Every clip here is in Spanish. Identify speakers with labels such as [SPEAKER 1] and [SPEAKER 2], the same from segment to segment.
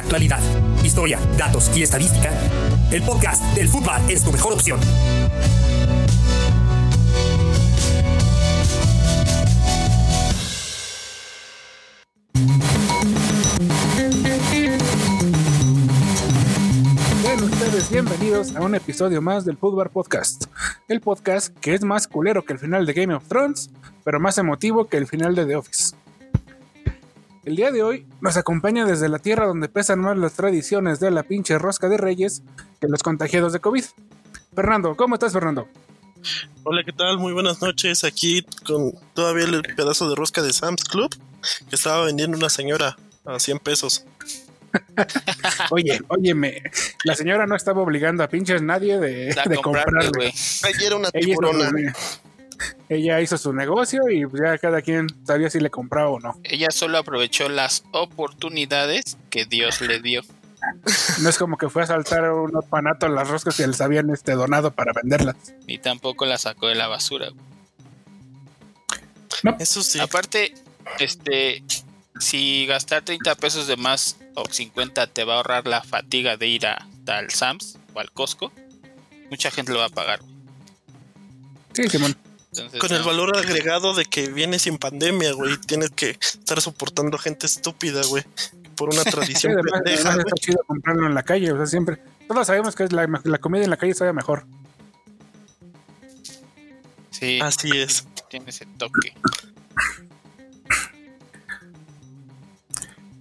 [SPEAKER 1] actualidad, historia, datos y estadística, el podcast del fútbol es tu mejor opción.
[SPEAKER 2] Sean ustedes bienvenidos a un episodio más del Footbar Podcast, el podcast que es más culero que el final de Game of Thrones, pero más emotivo que el final de The Office. El día de hoy nos acompaña desde la tierra donde pesan más las tradiciones de la pinche rosca de reyes que los contagiados de COVID. Fernando, ¿cómo estás, Fernando?
[SPEAKER 3] Hola, ¿qué tal? Muy buenas noches. Aquí con todavía el pedazo de rosca de Sam's Club que estaba vendiendo una señora a 100 pesos.
[SPEAKER 2] Oye, óyeme, la señora no estaba obligando a pinches nadie de,
[SPEAKER 4] Da
[SPEAKER 2] de
[SPEAKER 4] comprarle,
[SPEAKER 2] comprarle.
[SPEAKER 4] güey.
[SPEAKER 3] Ayer era una
[SPEAKER 2] Ella hizo,
[SPEAKER 3] tiburona.
[SPEAKER 2] ella hizo su negocio y ya cada quien sabía si le compraba o no.
[SPEAKER 4] Ella solo aprovechó las oportunidades que Dios le dio.
[SPEAKER 2] No es como que fue a saltar a un orfanato las roscas que les habían este, donado para venderlas.
[SPEAKER 4] Ni tampoco la sacó de la basura. güey.
[SPEAKER 3] Eso sí.
[SPEAKER 4] Aparte, este, si gastar 30 pesos de más o 50 te va a ahorrar la fatiga de ir a tal Sams o al Costco, mucha gente lo va a pagar. güey.
[SPEAKER 2] Sí, Simón.
[SPEAKER 4] Entonces,
[SPEAKER 3] Con el
[SPEAKER 4] no,
[SPEAKER 3] valor agregado de que viene sin pandemia, güey. Tienes que estar soportando gente estúpida, güey. Por una
[SPEAKER 2] Sí,
[SPEAKER 3] tradición
[SPEAKER 2] además,
[SPEAKER 3] pendeja,
[SPEAKER 2] además
[SPEAKER 3] güey.
[SPEAKER 2] está chido comprarlo en la calle. O sea, siempre. Todos sabemos que es la, la comida en la calle sabe mejor.
[SPEAKER 4] sí,
[SPEAKER 3] Así es.
[SPEAKER 4] tiene ese toque.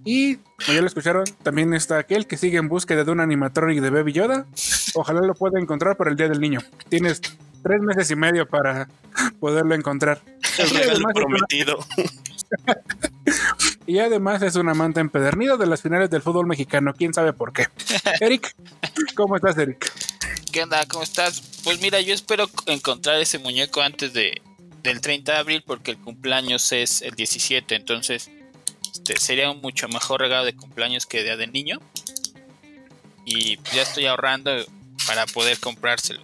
[SPEAKER 2] Y, como ya lo escucharon, también está aquel que sigue en búsqueda de un animatronic de Baby Yoda. Ojalá lo pueda encontrar para el Día del Niño. Tienes tres meses y medio para poderlo encontrar.
[SPEAKER 3] El
[SPEAKER 2] Sí,
[SPEAKER 3] regalo
[SPEAKER 2] además,
[SPEAKER 3] prometido.
[SPEAKER 2] Y además es un amante empedernido de las finales del fútbol mexicano. ¿Quién sabe por qué? Eric, ¿cómo estás, Eric?
[SPEAKER 4] ¿Qué onda? ¿Cómo estás? Pues mira, yo espero encontrar ese muñeco antes de, del 30 de abril porque el cumpleaños es el 17, entonces este, sería un mucho mejor regalo de cumpleaños que día del niño. Y pues ya estoy ahorrando para poder comprárselo.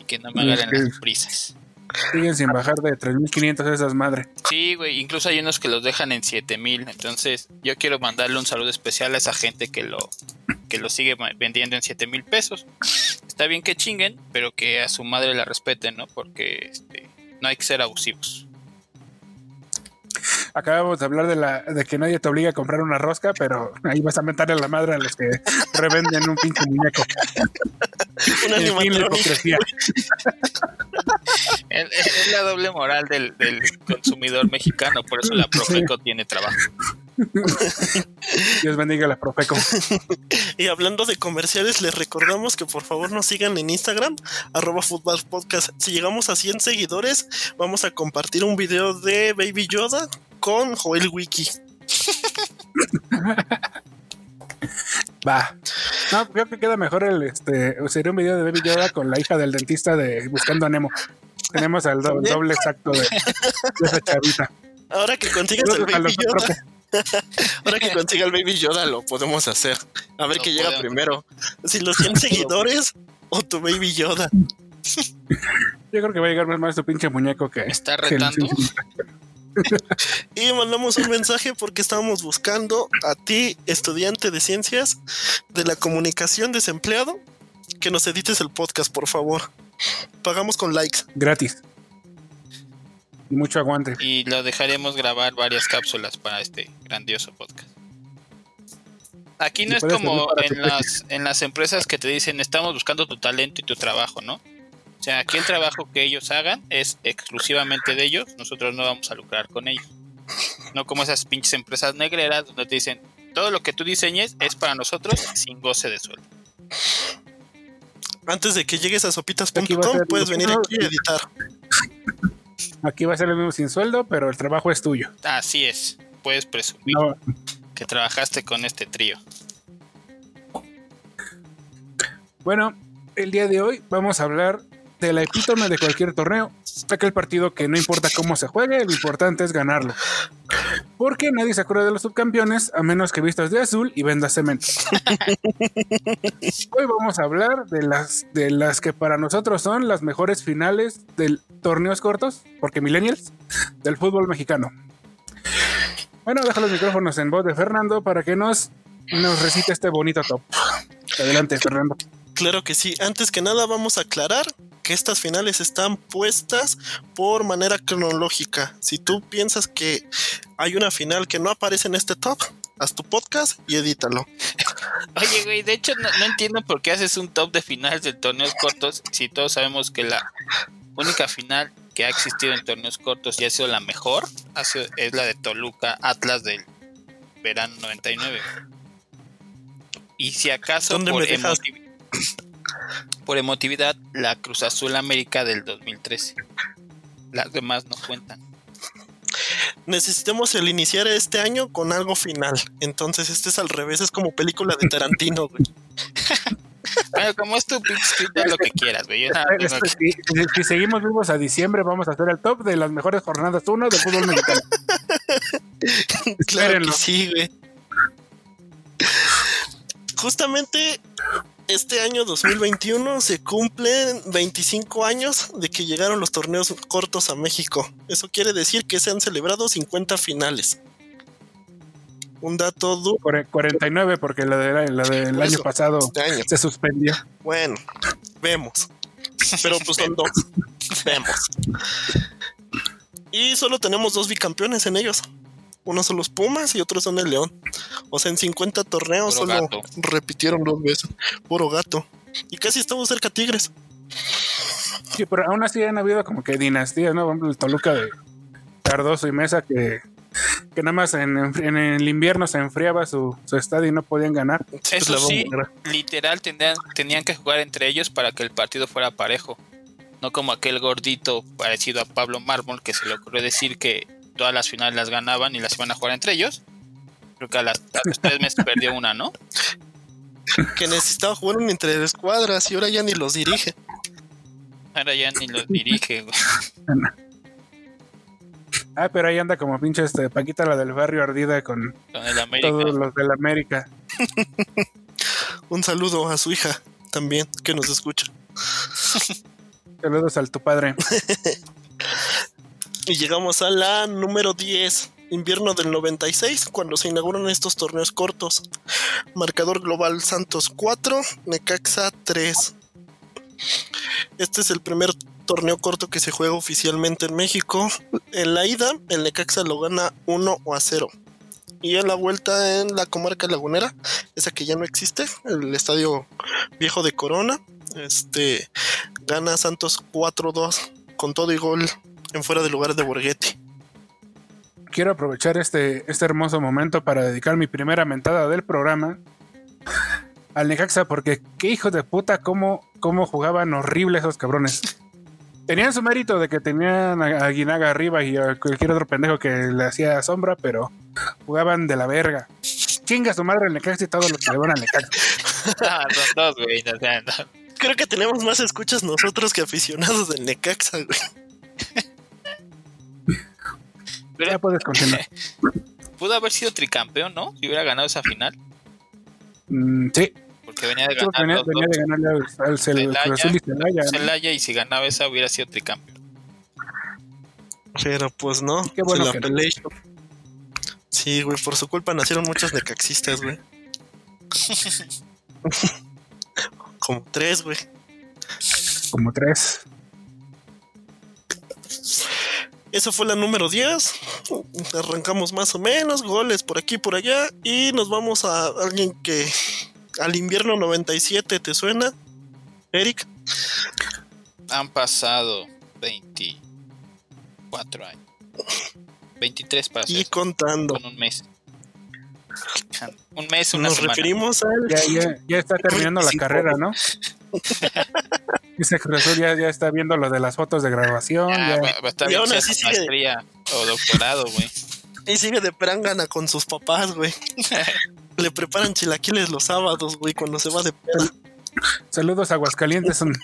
[SPEAKER 4] Y que no me
[SPEAKER 2] Y es
[SPEAKER 4] agarren
[SPEAKER 2] que-
[SPEAKER 4] las prisas.
[SPEAKER 2] Siguen sin bajar de 3.500 esas madres.
[SPEAKER 4] Sí, güey, incluso hay unos que los dejan en 7000, entonces yo quiero mandarle un saludo especial a esa gente que lo que lo sigue ma- vendiendo en 7000 pesos. Está bien que chinguen, pero que a su madre la respeten, ¿no? Porque este, no hay que ser abusivos.
[SPEAKER 2] Acabamos de hablar de, la, de que nadie te obliga a comprar una rosca, pero ahí vas a mentarle a la madre a los que revenden un pinche muñeco.
[SPEAKER 3] Un
[SPEAKER 2] En fin, la
[SPEAKER 3] animatronic.
[SPEAKER 2] hipocresía.
[SPEAKER 4] Es, es- es la doble moral del, del consumidor mexicano, por eso la Profeco tiene trabajo.
[SPEAKER 2] Dios bendiga a la Profeco.
[SPEAKER 3] Y hablando de comerciales, les recordamos que por favor nos sigan en Instagram, arroba Football Podcast. Si llegamos a 100 seguidores, vamos a compartir un video de Baby Yoda con Joel Wiki.
[SPEAKER 2] Va. No, creo que queda mejor el este. Sería un video de Baby Yoda con la hija del dentista de Buscando a Nemo. Tenemos al do-
[SPEAKER 3] También.
[SPEAKER 2] doble exacto de, de esa chavita.
[SPEAKER 3] Ahora que consigas el
[SPEAKER 2] A los
[SPEAKER 3] Baby Yoda,
[SPEAKER 2] propios.
[SPEAKER 3] ahora que consiga el Baby Yoda, lo podemos hacer. A ver
[SPEAKER 4] Lo
[SPEAKER 3] qué llega
[SPEAKER 4] podemos.
[SPEAKER 3] primero. Si los 100 seguidores o tu Baby Yoda.
[SPEAKER 2] Yo creo que va a llegar más más tu pinche muñeco que.
[SPEAKER 4] ¿Me está
[SPEAKER 2] que el-
[SPEAKER 4] retando?
[SPEAKER 3] Y mandamos un mensaje porque estábamos buscando a ti, estudiante de ciencias de la comunicación desempleado, que nos edites el podcast, por favor. Pagamos con likes.
[SPEAKER 2] gratis. Y mucho aguante.
[SPEAKER 4] Y lo dejaremos grabar varias cápsulas para este grandioso podcast. Aquí
[SPEAKER 2] Y
[SPEAKER 4] no es
[SPEAKER 2] puede
[SPEAKER 4] como
[SPEAKER 2] servir para
[SPEAKER 4] en
[SPEAKER 2] tu tesis.
[SPEAKER 4] las, en las empresas que te dicen estamos buscando tu talento y tu trabajo, ¿no? O sea, aquí el trabajo que ellos hagan es exclusivamente de ellos, nosotros no vamos a lucrar con ellos. No como esas pinches empresas negreras donde te dicen todo lo que tú diseñes es para nosotros sin goce de sueldo.
[SPEAKER 3] Antes de que llegues
[SPEAKER 2] Aquí va
[SPEAKER 3] a
[SPEAKER 2] a
[SPEAKER 3] sopitas.com,
[SPEAKER 2] ser
[SPEAKER 3] puedes
[SPEAKER 2] lo
[SPEAKER 3] venir
[SPEAKER 2] mismo.
[SPEAKER 3] aquí a editar.
[SPEAKER 2] Aquí va a ser el mismo sin sueldo, pero el trabajo es tuyo.
[SPEAKER 4] Así es, puedes presumir
[SPEAKER 2] No,
[SPEAKER 4] que trabajaste con este trío.
[SPEAKER 2] Bueno, el día de hoy vamos a hablar de la epítome de cualquier torneo. Aquel partido que no importa cómo se juegue, lo importante es ganarlo. Porque nadie se acuerda de los subcampeones a menos que vistas de azul y vendas cemento. Hoy vamos a hablar de las, de las que para nosotros son las mejores finales de torneos cortos, porque millennials, del fútbol mexicano. Bueno, deja los micrófonos en voz de Fernando para que nos nos recita este bonito top. Adelante, Fernando.
[SPEAKER 3] Claro que sí. Antes que nada vamos a aclarar que estas finales están puestas por manera cronológica. Si tú piensas que hay una final que no aparece en este top, haz tu podcast y edítalo.
[SPEAKER 4] Oye, güey, de hecho no, no entiendo por qué haces un top de finales de torneos cortos si todos sabemos que la única final que ha existido en torneos cortos y ha sido la mejor ha sido- es la de Toluca Atlas del verano 99. Y si acaso
[SPEAKER 3] ¿Dónde
[SPEAKER 4] por,
[SPEAKER 3] me dejas?
[SPEAKER 4] emotivi- por emotividad, la Cruz Azul América del 2013. Las demás no cuentan.
[SPEAKER 3] Necesitamos el iniciar este año con algo final. Entonces este es al revés, es como película de Tarantino, güey.
[SPEAKER 4] Bueno, como es tu pitch, tú haz lo que quieras, güey. Yo nada más tengo
[SPEAKER 2] Este,
[SPEAKER 4] que-
[SPEAKER 2] Si, si- si seguimos vivos a diciembre, vamos a hacer el top de las mejores jornadas 1 del fútbol mexicano.
[SPEAKER 3] Claro
[SPEAKER 2] Espérenlo.
[SPEAKER 3] que sí, güey. Justamente este año 2021 se cumplen 25 años de que llegaron los torneos cortos a México. Eso quiere decir que se han celebrado 50 finales. Un dato duro
[SPEAKER 2] Cuare- 49, porque la, de, la del año
[SPEAKER 3] Eso.
[SPEAKER 2] pasado
[SPEAKER 3] este año.
[SPEAKER 2] se suspendió.
[SPEAKER 3] Bueno, vemos. Pero pues son dos. Vemos. Y solo tenemos dos bicampeones en ellos. Unos son los Pumas y otros son el León. O sea, en 50 torneos
[SPEAKER 4] Puro
[SPEAKER 3] solo
[SPEAKER 4] gato.
[SPEAKER 3] repitieron dos veces. Puro gato. Y casi estamos cerca a Tigres.
[SPEAKER 2] Sí, pero aún así han habido como que dinastías, ¿no? Por ejemplo, el Toluca de Cardoso y Mesa, que, que nada más en, en el invierno se enfriaba su, su estadio y no podían ganar.
[SPEAKER 3] Pues
[SPEAKER 4] Eso
[SPEAKER 3] la
[SPEAKER 4] sí,
[SPEAKER 3] bombonera.
[SPEAKER 4] literal tenían, tenían que jugar entre ellos para que el partido fuera parejo. No como aquel gordito parecido a Pablo Mármol que se le ocurrió decir que todas las finales las ganaban y las iban a jugar entre ellos. Creo que a, las, a los tres meses perdió una, ¿no?
[SPEAKER 3] Que necesitaba jugar un entre escuadras y ahora ya ni los dirige.
[SPEAKER 4] Ahora ya ni los dirige, güey.
[SPEAKER 2] Ah, pero ahí anda como pinche este, Paquita, la del barrio ardida con
[SPEAKER 4] Con el
[SPEAKER 2] todos
[SPEAKER 4] América.
[SPEAKER 2] los del América.
[SPEAKER 3] Un saludo a su hija también, que nos escucha.
[SPEAKER 2] Saludos al tu padre.
[SPEAKER 3] Y llegamos a la número 10, invierno del 96, cuando se inauguran estos torneos cortos. Marcador global Santos 4, Necaxa 3. Este es el primer torneo corto que se juega oficialmente en México. En la ida, el Necaxa lo gana 1 a 0. Y en la vuelta en la comarca lagunera, esa que ya no existe, el estadio viejo de Corona, este gana Santos 4-2 con todo y gol en fuera de lugar de Borghetti.
[SPEAKER 2] Quiero aprovechar este, este hermoso momento para dedicar mi primera mentada del programa al Necaxa, porque qué hijos de puta, cómo, cómo jugaban horrible esos cabrones. Tenían su mérito de que tenían a, a Guinaga arriba y a cualquier otro pendejo que le hacía sombra, pero jugaban de la verga. Chinga su madre el Necaxa y todos los que le van al Necaxa.
[SPEAKER 4] Ah, son dos, güey. o sea, no.
[SPEAKER 3] Creo que tenemos más escuchas nosotros que aficionados del Necaxa, güey.
[SPEAKER 2] Ya puedes continuar.
[SPEAKER 4] Pudo haber sido tricampeón, ¿no? Si hubiera ganado esa final.
[SPEAKER 2] Mm, sí,
[SPEAKER 4] Porque venía de
[SPEAKER 2] creo que
[SPEAKER 4] ganar
[SPEAKER 2] venía, venía
[SPEAKER 4] los
[SPEAKER 2] de ganarle al, al, al
[SPEAKER 4] ah, Celaya.
[SPEAKER 2] Cruz Azul y Celaya,
[SPEAKER 4] dos
[SPEAKER 2] ¿no?
[SPEAKER 4] Celaya y si ganaba esa hubiera sido tricampeón.
[SPEAKER 3] Pero pues no,
[SPEAKER 2] Qué bueno
[SPEAKER 3] se la
[SPEAKER 2] que no.
[SPEAKER 3] peleé. Sí, güey, por su culpa nacieron muchos necaxistas, güey. Como tres, güey.
[SPEAKER 2] como tres.
[SPEAKER 3] Esa fue la número 10. Arrancamos más o menos, goles por aquí, por allá. Y nos vamos a alguien que al invierno 97, ¿te suena? Eric,
[SPEAKER 4] Han pasado 24 años. 23 para
[SPEAKER 3] y
[SPEAKER 4] ser.
[SPEAKER 3] contando.
[SPEAKER 4] Con un mes. Un mes, una
[SPEAKER 3] Nos
[SPEAKER 4] semana.
[SPEAKER 3] referimos al
[SPEAKER 2] Ya, ya, ya está terminando la
[SPEAKER 3] Sí,
[SPEAKER 2] carrera, ¿no? Ese Cruz Azul ya, ya está viendo lo de las fotos de graduación.
[SPEAKER 4] Ah,
[SPEAKER 2] ya.
[SPEAKER 4] va, va a estar
[SPEAKER 3] Y
[SPEAKER 4] bien
[SPEAKER 3] aún
[SPEAKER 4] sea
[SPEAKER 3] así
[SPEAKER 4] con
[SPEAKER 3] sigue.
[SPEAKER 4] maestría o doctorado, güey.
[SPEAKER 3] Y sigue de prangana con sus papás, güey. Le preparan chilaquiles los sábados, güey, cuando se va de peda.
[SPEAKER 2] Saludos a Aguascalientes. son-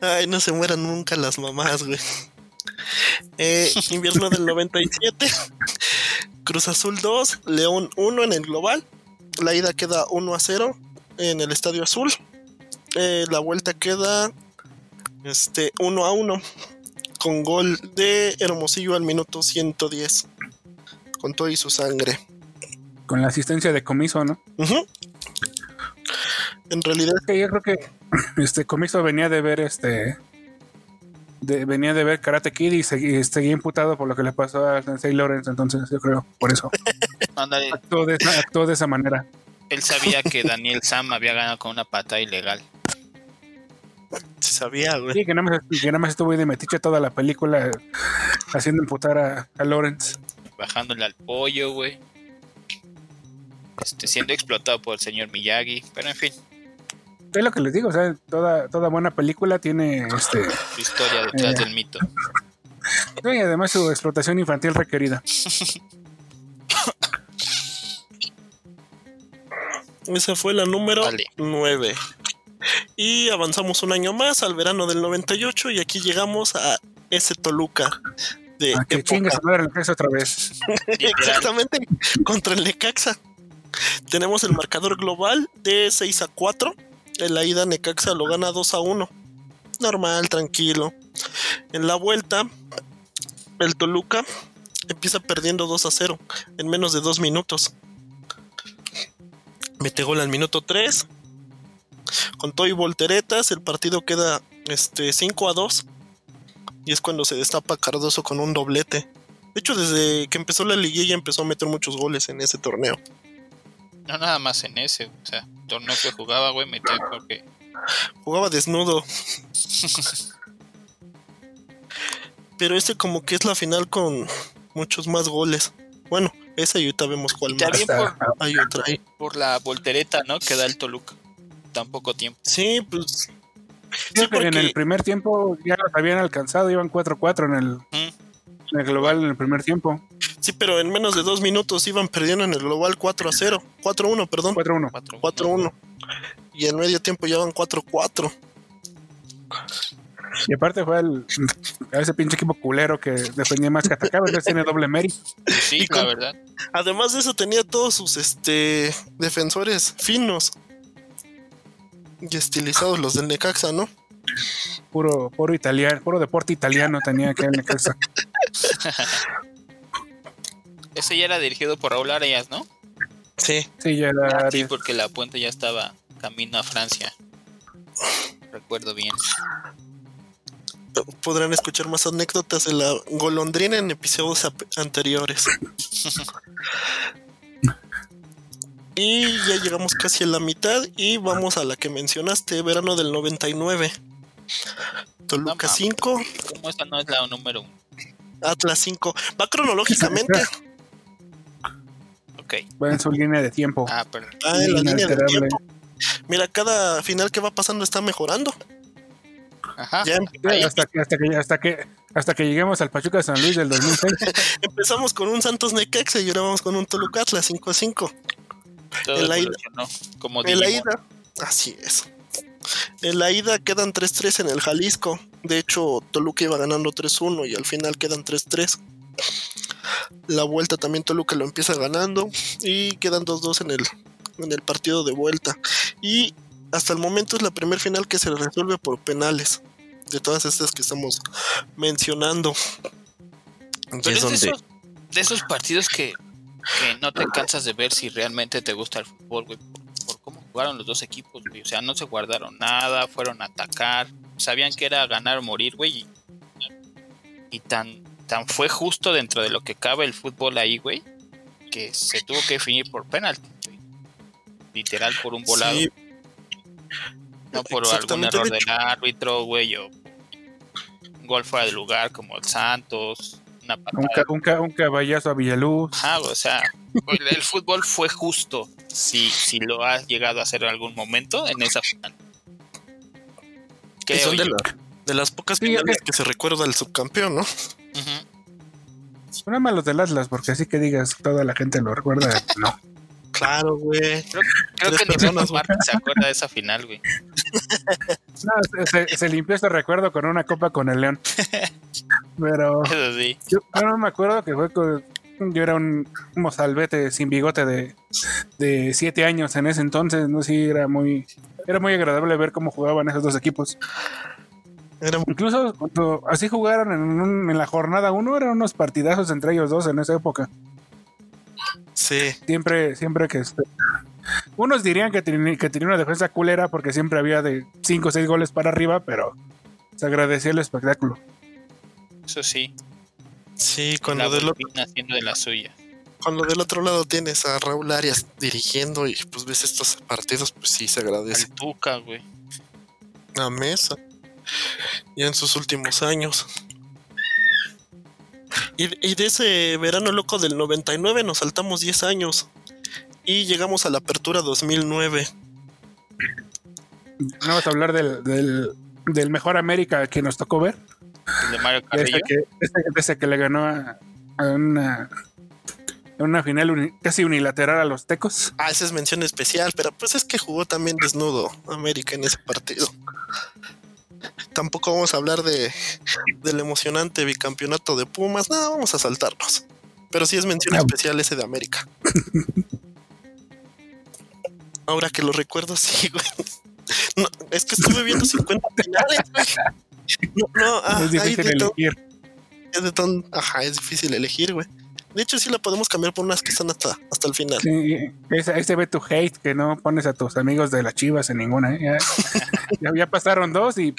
[SPEAKER 3] Ay, no se mueran nunca las mamás, güey. Eh, invierno del 97. Cruz Azul 2, León 1 en el global. La ida queda 1 a 0 en el Estadio Azul. Eh, la vuelta queda este, 1 a 1 con gol de Hermosillo al minuto 110. Con todo y su sangre.
[SPEAKER 2] con la asistencia de Comiso, ¿no?
[SPEAKER 3] Ujú. En realidad,
[SPEAKER 2] Que yo creo que este Comiso venía de ver este de- venía de ver Karate Kid y seguía, seguía imputado por lo que le pasó a Sensei Lawrence, entonces yo creo por eso
[SPEAKER 4] Ándale,
[SPEAKER 2] actuó de, esa- actuó de esa manera.
[SPEAKER 4] él sabía que Daniel Sam había ganado con una patada ilegal.
[SPEAKER 3] se sabía, güey.
[SPEAKER 2] Sí, que nada más, que nada más estuvo ahí de metiche toda la película haciendo imputar a, a Lawrence.
[SPEAKER 4] bajándole al pollo, güey. Este, siendo explotado por el señor Miyagi. Pero en fin,
[SPEAKER 2] Es lo que les digo, o sea, toda, toda buena película tiene este
[SPEAKER 4] su historia detrás
[SPEAKER 2] Eh.
[SPEAKER 4] del mito.
[SPEAKER 2] No, y además su explotación infantil requerida.
[SPEAKER 3] Esa fue la número
[SPEAKER 4] Vale.
[SPEAKER 3] 9. Y avanzamos un año más al verano del 98 y aquí llegamos a ese Toluca de
[SPEAKER 2] A Ah, que
[SPEAKER 3] época.
[SPEAKER 2] chingue su madre en la casa otra vez.
[SPEAKER 4] Literal,
[SPEAKER 3] Exactamente, contra el Necaxa. Tenemos el marcador global de 6 a 4. En la ida Necaxa lo gana 2 a 1. Normal, tranquilo. En la vuelta, el Toluca empieza perdiendo 2 a 0 en menos de 2 minutos. Mete gol al minuto 3. Con todo y volteretas, el partido queda este, 5 a 2. Y es cuando se destapa Cardoso con un doblete. De hecho, desde que empezó la liguilla empezó a meter muchos goles en ese torneo.
[SPEAKER 4] no nada más en ese, o sea, torneo que jugaba, güey, metía porque
[SPEAKER 3] Jugaba desnudo. Pero este como que es la final con muchos más goles. Bueno, esa y ahorita vemos cuál
[SPEAKER 4] Ya
[SPEAKER 3] más.
[SPEAKER 4] bien por,
[SPEAKER 3] Hay otra ahí.
[SPEAKER 4] por la voltereta, ¿no? Que da el Toluca. Tan poco tiempo.
[SPEAKER 3] Sí, pues
[SPEAKER 2] Creo que En
[SPEAKER 3] porque-
[SPEAKER 2] el primer tiempo ya los habían alcanzado, iban 4-4 en el, en el global en el primer tiempo.
[SPEAKER 3] sí, pero en menos de dos minutos iban perdiendo en el global 4 a 0. 4 a 1, perdón.
[SPEAKER 2] 4-1.
[SPEAKER 4] 4-1.
[SPEAKER 3] 4 a 1. Y en medio tiempo ya van 4 a 4.
[SPEAKER 2] Y aparte fue el, a ese pinche equipo culero que defendía más que atacaba, entonces tiene doble mérito.
[SPEAKER 4] Pues Sí,
[SPEAKER 3] Y
[SPEAKER 4] la
[SPEAKER 3] con-
[SPEAKER 4] verdad.
[SPEAKER 3] Además de eso tenía todos sus este defensores finos y estilizados los del Necaxa, ¿no?
[SPEAKER 2] Puro, puro italiano, puro deporte italiano tenía que en la casa.
[SPEAKER 4] Ese ya era dirigido por Raúl Arias, ¿no?
[SPEAKER 3] Sí. pues.
[SPEAKER 2] Sí, ya era
[SPEAKER 4] Sí, porque la puente ya estaba camino a Francia. Recuerdo bien.
[SPEAKER 3] Podrán escuchar más anécdotas de la golondrina en episodios ap- anteriores. y ya llegamos casi a la mitad y vamos a la que mencionaste, verano del 99.
[SPEAKER 4] No
[SPEAKER 3] Toluca
[SPEAKER 4] mames.
[SPEAKER 3] 5,
[SPEAKER 4] Como esta no es la número uno.
[SPEAKER 3] Atlas 5. Va cronológicamente.
[SPEAKER 4] Ok.
[SPEAKER 2] va en su línea de tiempo.
[SPEAKER 4] Ah, perdón.
[SPEAKER 3] Ah, en la línea del
[SPEAKER 2] Inalterable.
[SPEAKER 3] tiempo. Mira, cada final que va pasando está mejorando.
[SPEAKER 4] Ajá.
[SPEAKER 3] Ya em-
[SPEAKER 2] Sí, hasta, que, hasta, que, hasta, que, hasta que lleguemos al Pachuca San Luis del 2006.
[SPEAKER 3] empezamos con un Santos Necaxa y ahora vamos con un Toluca Atlas 5 a 5.
[SPEAKER 4] Todo
[SPEAKER 3] En la ida.
[SPEAKER 4] evolucionó, Como
[SPEAKER 3] En la
[SPEAKER 4] Digimon.
[SPEAKER 3] ida, así es. En la ida quedan 3-3 en el Jalisco. De hecho, Toluca iba ganando 3-1 y al final quedan 3-3. La vuelta también Toluca lo empieza ganando y quedan 2-2 en el, en el partido de vuelta. Y hasta el momento es la primer final que se resuelve por penales. De todas estas que estamos mencionando. Y
[SPEAKER 4] Pero
[SPEAKER 3] es
[SPEAKER 4] es de
[SPEAKER 3] donde-
[SPEAKER 4] esos, de esos partidos que, que no te cansas de ver si realmente te gusta el fútbol, güey. Por, por cómo jugaron los dos equipos, güey. O sea, no se guardaron nada, fueron a atacar. Sabían que era ganar o morir, güey. Y, y tan, tan fue justo dentro de lo que cabe el fútbol ahí, güey, que se tuvo que definir por penalti. güey. Literal, por un volado.
[SPEAKER 3] Sí,
[SPEAKER 4] No por algún
[SPEAKER 3] Exactamente,
[SPEAKER 4] error
[SPEAKER 3] de
[SPEAKER 4] del árbitro, güey, o un gol fuera de lugar como el Santos, una
[SPEAKER 2] Un,
[SPEAKER 4] patada.
[SPEAKER 2] ca- un, ca- un caballazo a Villaluz.
[SPEAKER 4] Ajá, o sea, güey, el fútbol fue justo si, si lo has llegado a hacer en algún momento en esa final.
[SPEAKER 3] que
[SPEAKER 4] Creo
[SPEAKER 3] son de,
[SPEAKER 4] yo.
[SPEAKER 3] la- de las pocas
[SPEAKER 2] Sí, es
[SPEAKER 3] finales que se recuerda al subcampeón, ¿no?
[SPEAKER 4] Ujú.
[SPEAKER 2] Son malos del Atlas, porque así que digas, toda la gente lo recuerda. No.
[SPEAKER 3] Claro, güey.
[SPEAKER 4] Creo
[SPEAKER 3] Tres
[SPEAKER 4] que ni
[SPEAKER 3] personas,
[SPEAKER 4] Rafa Márquez se acuerda de esa final, güey.
[SPEAKER 2] No, se, se- se limpió este recuerdo con una copa con el León. Pero
[SPEAKER 4] Eso sí.
[SPEAKER 2] yo yo no me acuerdo que fue con. Yo era un mozalbete sin bigote de, de siete años en ese entonces, ¿no? Sí, era muy, era muy agradable ver cómo jugaban esos dos equipos.
[SPEAKER 3] Era
[SPEAKER 2] Incluso cuando así jugaron en, un- en la jornada uno, eran unos partidazos entre ellos dos en esa época.
[SPEAKER 3] Sí.
[SPEAKER 2] Siempre, siempre que. este, Unos dirían que, ten- que tenía una defensa culera porque siempre había de 5 o 6 goles para arriba, pero se agradecía el espectáculo.
[SPEAKER 4] Eso sí.
[SPEAKER 3] Sí,
[SPEAKER 4] La
[SPEAKER 3] cuando del, otro,
[SPEAKER 4] Volpina haciendo de la suya.
[SPEAKER 3] cuando del otro lado tienes a Raúl Arias dirigiendo y pues ves estos partidos, pues sí se agradece.
[SPEAKER 4] Al Tuca, güey.
[SPEAKER 3] A mesa. Ya en sus últimos años. Y, y de ese verano loco del 99 nos saltamos 10 años. Y llegamos a la apertura 2009.
[SPEAKER 2] No vas a hablar del, del, del mejor América que nos tocó ver.
[SPEAKER 4] El de Mario
[SPEAKER 2] Desde
[SPEAKER 4] Carrillo.
[SPEAKER 2] que, ese- ese que le ganó a, a una, a una final uni- casi unilateral a los tecos.
[SPEAKER 3] Ah, esa es mención especial, pero pues es que jugó también desnudo América en ese partido. Tampoco vamos a hablar de del emocionante bicampeonato de Pumas, nada, vamos a saltarnos. Pero sí es mención
[SPEAKER 2] Ah.
[SPEAKER 3] especial ese de América. Ahora que lo recuerdo, sí, güey. No, es que estuve viendo 50 finales, güey. No, no, ah,
[SPEAKER 2] es
[SPEAKER 3] hay
[SPEAKER 2] difícil
[SPEAKER 3] de todo,
[SPEAKER 2] elegir.
[SPEAKER 3] hay de todo. Ajá, es difícil elegir, güey. De hecho, sí la podemos cambiar por unas que están hasta, hasta el final.
[SPEAKER 2] Sí, ese, ahí se ve tu hate que no pones a tus amigos de las chivas en ninguna. ¿eh? Ya, ya- ya pasaron dos y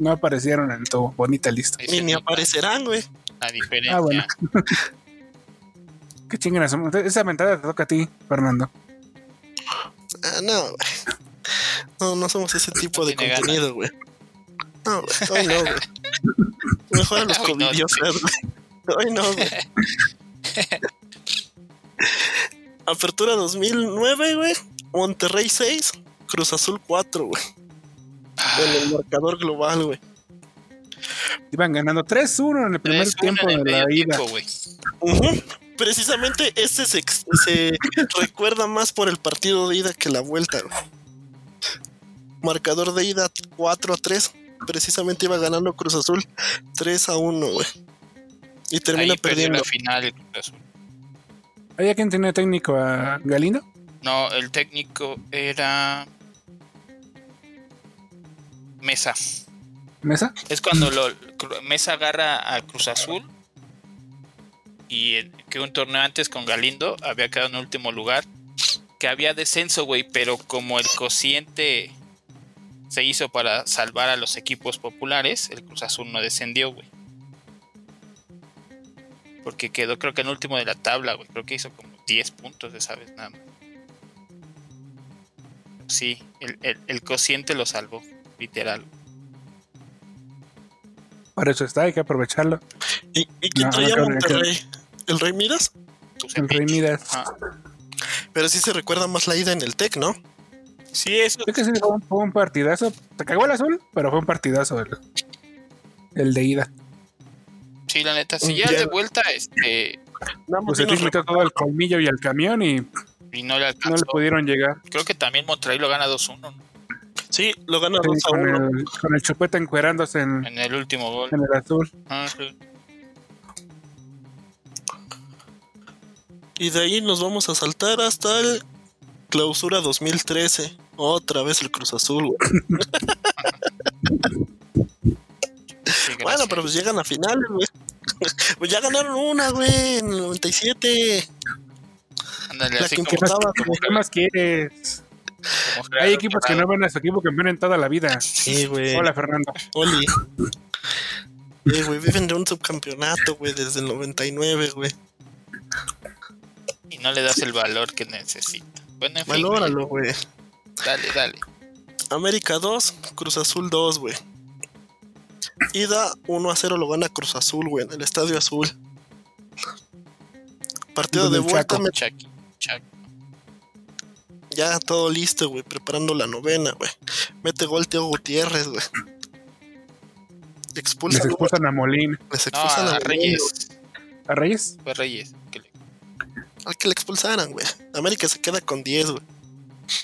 [SPEAKER 2] no aparecieron en tu bonita lista.
[SPEAKER 4] Ahí
[SPEAKER 3] Ni,
[SPEAKER 4] se
[SPEAKER 3] ni
[SPEAKER 4] nota
[SPEAKER 3] aparecerán, güey.
[SPEAKER 4] La diferencia.
[SPEAKER 2] Ah, bueno. Qué chinguen a su- Esa mentada te toca a ti, Fernando.
[SPEAKER 3] Ah, no, güey. No, no somos ese tipo de
[SPEAKER 4] Pues tiene ganas.
[SPEAKER 3] contenido, güey. No, güey. Hoy no, güey. Mejor a los
[SPEAKER 4] Hoy no,
[SPEAKER 3] covidiosas, güey. Hoy no, güey. Apertura 2009, güey. Monterrey 6, Cruz Azul 4, güey. En
[SPEAKER 4] Ah.
[SPEAKER 3] el marcador global, güey.
[SPEAKER 2] Iban ganando 3-1 en el primer
[SPEAKER 4] Tres, uno
[SPEAKER 2] tiempo
[SPEAKER 4] en el
[SPEAKER 2] de la
[SPEAKER 4] medio
[SPEAKER 2] ida.
[SPEAKER 4] tiempo, güey.
[SPEAKER 3] Ujú. Precisamente este se, ex- se recuerda más por el partido de ida que la vuelta. güey. Marcador de ida 4 a 3. Precisamente iba ganando Cruz Azul 3 a 1, güey. Y termina
[SPEAKER 4] Ahí perdió
[SPEAKER 3] perdiendo.
[SPEAKER 4] la final. el Cruz Azul.
[SPEAKER 2] ¿Había quien tenía técnico a Galindo?
[SPEAKER 4] No, el técnico era. Mesa.
[SPEAKER 2] ¿Mesa?
[SPEAKER 4] Es cuando lo, Cru- Mesa agarra a Cruz Azul. Y en- que un torneo antes con Galindo había quedado en último lugar. Que había descenso, güey, pero como el cociente se hizo para salvar a los equipos populares, el Cruz Azul no descendió, güey. Porque quedó, creo que en último de la tabla, güey. Creo que hizo como 10 puntos de esa vez nada más. Sí, el, el, el cociente lo salvó, literal.
[SPEAKER 2] Para eso está, hay que aprovecharlo.
[SPEAKER 3] ¿Y, y quién
[SPEAKER 2] No,
[SPEAKER 3] traía
[SPEAKER 2] no creo que-
[SPEAKER 3] Monterrey? ¿El Rey Midas?
[SPEAKER 4] Pues
[SPEAKER 2] El Rey Midas.
[SPEAKER 4] Ah,
[SPEAKER 3] Pero sí se recuerda más la ida en el Tec, ¿no?
[SPEAKER 4] Sí, eso.
[SPEAKER 2] Creo que sí, fue un, fue un partidazo. Se cagó el azul, pero fue un partidazo el, el de ida.
[SPEAKER 4] Sí, la neta. Si ya
[SPEAKER 3] Ya.
[SPEAKER 4] de vuelta, este.
[SPEAKER 3] Nada más
[SPEAKER 2] Pues se
[SPEAKER 3] sí nos
[SPEAKER 2] metió todo el colmillo y el camión y
[SPEAKER 4] Y no le
[SPEAKER 2] no le
[SPEAKER 4] alcanzó.
[SPEAKER 2] pudieron llegar
[SPEAKER 4] Creo que también Monterrey lo gana 2-1 ¿no?
[SPEAKER 3] re- sí, lo gana
[SPEAKER 2] Sí,
[SPEAKER 3] 2 a
[SPEAKER 2] con,
[SPEAKER 3] 1.
[SPEAKER 2] el, con el chupete encuerándose en,
[SPEAKER 4] en el último gol.
[SPEAKER 2] en el azul.
[SPEAKER 4] Ah, sí.
[SPEAKER 3] Y de ahí nos vamos a saltar hasta el clausura 2013. Otra vez el Cruz Azul, güey.
[SPEAKER 4] Sí, gracias.
[SPEAKER 3] Bueno, pero pues llegan a finales, güey. Pues ya ganaron una, güey, en el 97.
[SPEAKER 4] Ándale,
[SPEAKER 3] la
[SPEAKER 4] así
[SPEAKER 3] que
[SPEAKER 4] como,
[SPEAKER 2] ¿Qué más,
[SPEAKER 3] Estaba como
[SPEAKER 2] qué más quieres?
[SPEAKER 4] como Gerardo
[SPEAKER 2] Hay equipos que no
[SPEAKER 4] Torrado.
[SPEAKER 2] ven a su equipo campeón en toda la vida.
[SPEAKER 3] Sí, güey.
[SPEAKER 2] Hola, Fernando.
[SPEAKER 3] Oli. Eh, güey, viven de un subcampeonato, güey, desde el 99, güey.
[SPEAKER 4] Y no le das el valor que necesita. Bueno, en fin.
[SPEAKER 3] Valóralo, güey.
[SPEAKER 4] Dale, dale.
[SPEAKER 3] América 2, Cruz Azul 2, güey. Ida 1 a 0 lo gana Cruz Azul, güey, en el Estadio Azul. Partido
[SPEAKER 2] Donde
[SPEAKER 3] de
[SPEAKER 2] el
[SPEAKER 3] vuelta,
[SPEAKER 2] Chaco.
[SPEAKER 3] me-
[SPEAKER 4] Chucky. Chucky.
[SPEAKER 3] ya todo listo, güey, preparando la novena, güey. Mete gol Teo Gutiérrez, güey. Expulsa,
[SPEAKER 2] Les expulsan a Molín.
[SPEAKER 3] les
[SPEAKER 4] No,
[SPEAKER 3] expulsan
[SPEAKER 4] a
[SPEAKER 3] a
[SPEAKER 4] Reyes.
[SPEAKER 2] ¿A Reyes?
[SPEAKER 4] Fue Reyes. que le-
[SPEAKER 3] Al que le expulsaran, güey. América se queda con 10, güey.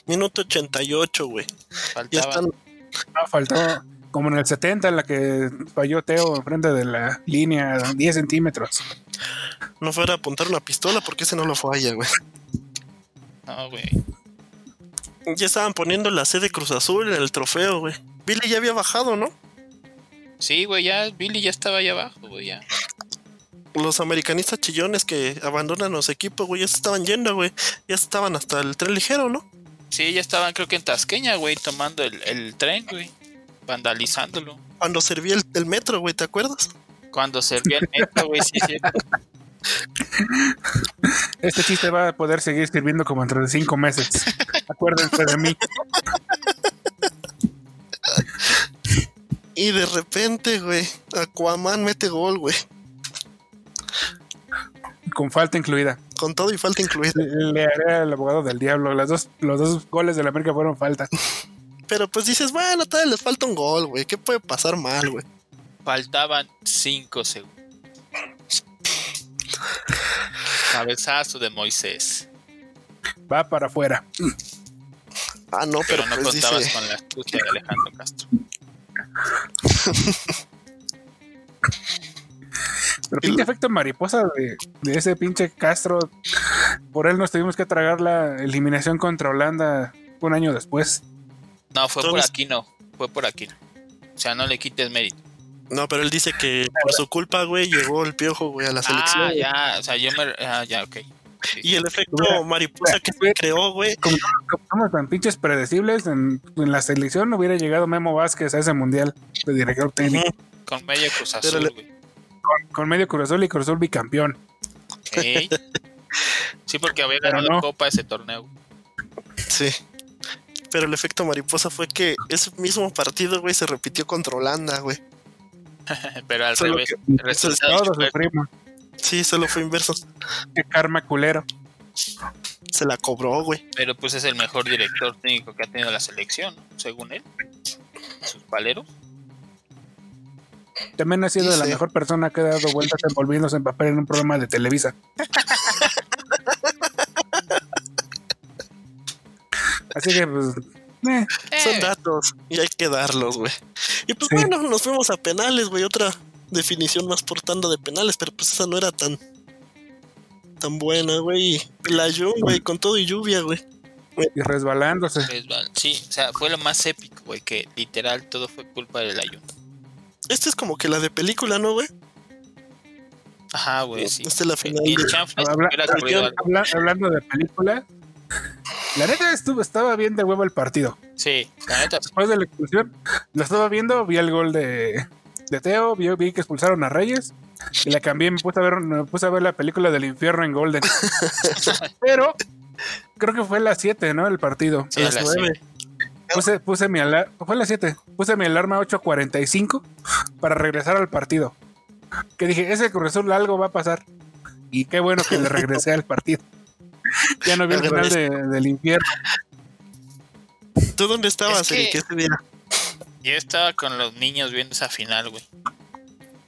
[SPEAKER 3] Minuto 88, güey. Ya
[SPEAKER 4] Faltaba.
[SPEAKER 3] están.
[SPEAKER 2] No, faltó como en el 70 en la que falló Teo enfrente de la línea 10 centímetros.
[SPEAKER 3] No fuera a apuntar una pistola porque ese no lo falla, güey.
[SPEAKER 4] No, güey.
[SPEAKER 3] Ya estaban poniendo la sede Cruz Azul en el trofeo, güey. Billy ya había bajado, ¿no?
[SPEAKER 4] Sí, güey, ya. Billy ya estaba allá abajo, güey. Ya.
[SPEAKER 3] los americanistas chillones que abandonan los equipos, güey, ya se estaban yendo, güey. Ya estaban hasta el tren ligero, ¿no?
[SPEAKER 4] Sí, ya estaban, creo que en Tasqueña, güey, tomando el, el tren, güey. Vandalizándolo.
[SPEAKER 3] Cuando servía el, el metro, güey, ¿te acuerdas?
[SPEAKER 4] Cuando servía el metro, güey, sí, sí.
[SPEAKER 2] Este chiste va a poder seguir sirviendo como entre cinco meses. Acuérdense de mí.
[SPEAKER 3] Y de repente, güey, Aquaman mete gol, güey.
[SPEAKER 2] Con falta incluida.
[SPEAKER 3] Con todo y falta incluida.
[SPEAKER 2] Le haré al abogado del diablo. Las dos, los dos goles de la América fueron falta.
[SPEAKER 3] Pero pues dices, bueno, tal vez les falta un gol, güey. ¿Qué puede pasar mal, güey?
[SPEAKER 4] Faltaban cinco segundos. Cabezazo de Moisés.
[SPEAKER 2] Va para afuera.
[SPEAKER 3] Ah, no, pero,
[SPEAKER 4] Pero no
[SPEAKER 3] pues
[SPEAKER 4] contabas
[SPEAKER 3] dice,
[SPEAKER 4] con la astucia de Alejandro Castro.
[SPEAKER 2] Pero pinche efecto mariposa de, de ese pinche Castro. Por él nos tuvimos que tragar la eliminación contra Holanda un año después.
[SPEAKER 4] No, fue por
[SPEAKER 3] Entonces-
[SPEAKER 4] aquí no. Fue por aquí no. O sea, no le quites mérito.
[SPEAKER 3] no, pero él dice que por su culpa, güey, llegó el piojo, güey, a la selección.
[SPEAKER 4] Ah,
[SPEAKER 3] güey.
[SPEAKER 4] ya. O sea, yo me. Ah, ya, ok. Sí.
[SPEAKER 3] Y el efecto
[SPEAKER 2] Mira,
[SPEAKER 3] mariposa que se
[SPEAKER 2] mira.
[SPEAKER 3] creó, güey.
[SPEAKER 2] Como, como somos tan pinches predecibles, en, en la selección hubiera llegado Memo Vázquez a ese mundial de director técnico.
[SPEAKER 4] Con medio Cruz
[SPEAKER 3] Pero
[SPEAKER 4] Azul,
[SPEAKER 3] le-
[SPEAKER 4] güey.
[SPEAKER 2] Con medio Cruz Azul y Cruz Azul bicampeón.
[SPEAKER 4] Ey. Sí, porque había
[SPEAKER 2] Pero
[SPEAKER 4] ganado
[SPEAKER 2] no.
[SPEAKER 4] Copa ese torneo.
[SPEAKER 3] Sí. Pero el efecto mariposa fue que ese mismo partido, güey, se repitió contra Holanda, güey.
[SPEAKER 4] Pero al
[SPEAKER 3] Solo
[SPEAKER 4] revés.
[SPEAKER 3] que-
[SPEAKER 4] El resultado
[SPEAKER 2] Todos
[SPEAKER 4] fue-
[SPEAKER 2] sufrimos.
[SPEAKER 3] Sí, solo fue inverso.
[SPEAKER 2] Qué karma culero.
[SPEAKER 3] Se la cobró, güey.
[SPEAKER 4] Pero pues es el mejor director técnico que ha tenido la selección, ¿no? según él. Sus paleros.
[SPEAKER 2] También ha sido la
[SPEAKER 3] Sí.
[SPEAKER 2] mejor persona que ha dado vueltas envolviéndose en papel en un programa de Televisa. Así que, pues, eh,
[SPEAKER 4] Eh,
[SPEAKER 3] Son datos y hay que darlos, güey. Y pues
[SPEAKER 2] Sí.
[SPEAKER 3] bueno, nos fuimos a penales, güey. Otra definición más por tanda de penales, pero pues esa no era tan tan buena, güey. La lluvia, güey, con todo y lluvia, güey.
[SPEAKER 2] y resbalándose.
[SPEAKER 4] resbal- Sí, o sea, fue lo más épico, güey, que literal todo fue culpa del ayuno.
[SPEAKER 3] Esta es como que la de película, ¿no, güey?
[SPEAKER 4] Ajá, güey, Pues sí.
[SPEAKER 3] Esta es la final
[SPEAKER 4] Y el
[SPEAKER 3] de-
[SPEAKER 4] chanfle
[SPEAKER 2] Habla-
[SPEAKER 4] hubiera corrido algo.
[SPEAKER 2] habla- hablando de película, la neta estuvo, estaba bien de huevo el partido.
[SPEAKER 4] Sí, la neta, sí.
[SPEAKER 2] Después de la expulsión, lo estaba viendo, vi el gol de, de Teo, vi, vi que expulsaron a Reyes y la cambié. Me puse, a ver, me puse a ver la película del infierno en Golden. Pero creo que fue a las 7, ¿no? El partido.
[SPEAKER 4] Sí, a
[SPEAKER 3] las
[SPEAKER 4] las
[SPEAKER 3] nueve.
[SPEAKER 4] siete.
[SPEAKER 2] Puse, puse mi alarma, fue a las 7, puse mi alarma a 8.45 para regresar al partido. Que dije, ese Cruz Azul algo va a pasar. Y qué bueno que le regresé al partido. Ya no vi el final de- del infierno.
[SPEAKER 3] ¿Tú dónde estabas,
[SPEAKER 4] Es que-
[SPEAKER 3] Eric, ese día?
[SPEAKER 4] Yo estaba con los niños viendo esa final, güey.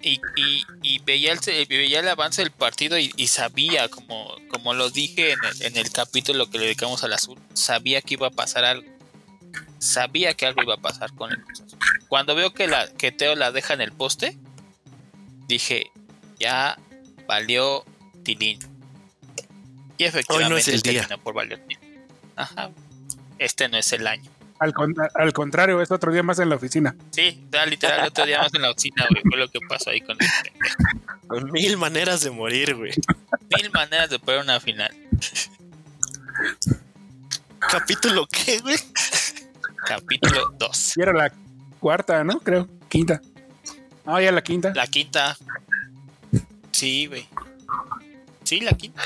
[SPEAKER 4] Y, y, y veía, el, eh, veía el avance del partido y, y sabía, como, como lo dije en el, en el capítulo que le dedicamos al azul, sabía que iba a pasar algo. Sabía que algo iba a pasar con el Cruz Azul. Cuando veo que, la, que Teo la deja en el poste, dije, ya valió Tilín. Y efectivamente
[SPEAKER 3] el día.
[SPEAKER 4] terminó por valer Tilín. Ajá. Este no es el año.
[SPEAKER 2] Al, contra- al contrario, es otro día más en la oficina.
[SPEAKER 4] Sí, o sea, literal, el otro día más en la oficina, güey, fue lo que pasó ahí con este. el pendejo.
[SPEAKER 3] Mil maneras de morir, güey.
[SPEAKER 4] Mil maneras de poner una final.
[SPEAKER 3] ¿Capítulo qué, güey?
[SPEAKER 4] Capítulo 2.
[SPEAKER 2] Y era la cuarta, ¿no? Creo. Quinta. Ah, ya la quinta.
[SPEAKER 4] La quinta. Sí, güey. Sí, la quinta.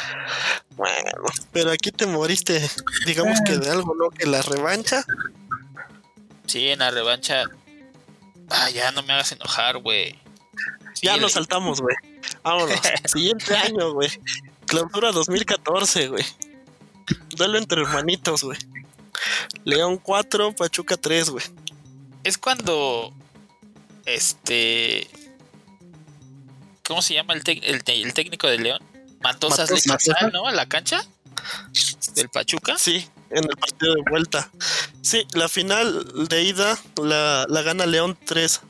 [SPEAKER 3] Bueno, pero aquí te moriste, digamos que de algo, ¿no? Que la revancha.
[SPEAKER 4] Sí, en la revancha. Ah, ya no me hagas enojar, güey. Sí,
[SPEAKER 3] Ya
[SPEAKER 4] el-
[SPEAKER 3] nos saltamos, güey. Vámonos. Siguiente año, güey. Clausura 2014, güey. Duelo entre hermanitos, güey. León 4, Pachuca 3, güey.
[SPEAKER 4] Es cuando. Este. ¿Cómo se llama el, tec- el, te- el técnico de León? Matosas le
[SPEAKER 3] Matos-
[SPEAKER 4] echa
[SPEAKER 3] Matosas.
[SPEAKER 4] sal, ¿no? A la cancha. Del Pachuca.
[SPEAKER 3] Sí, en el partido de vuelta. Sí, la final de ida la, la gana León 3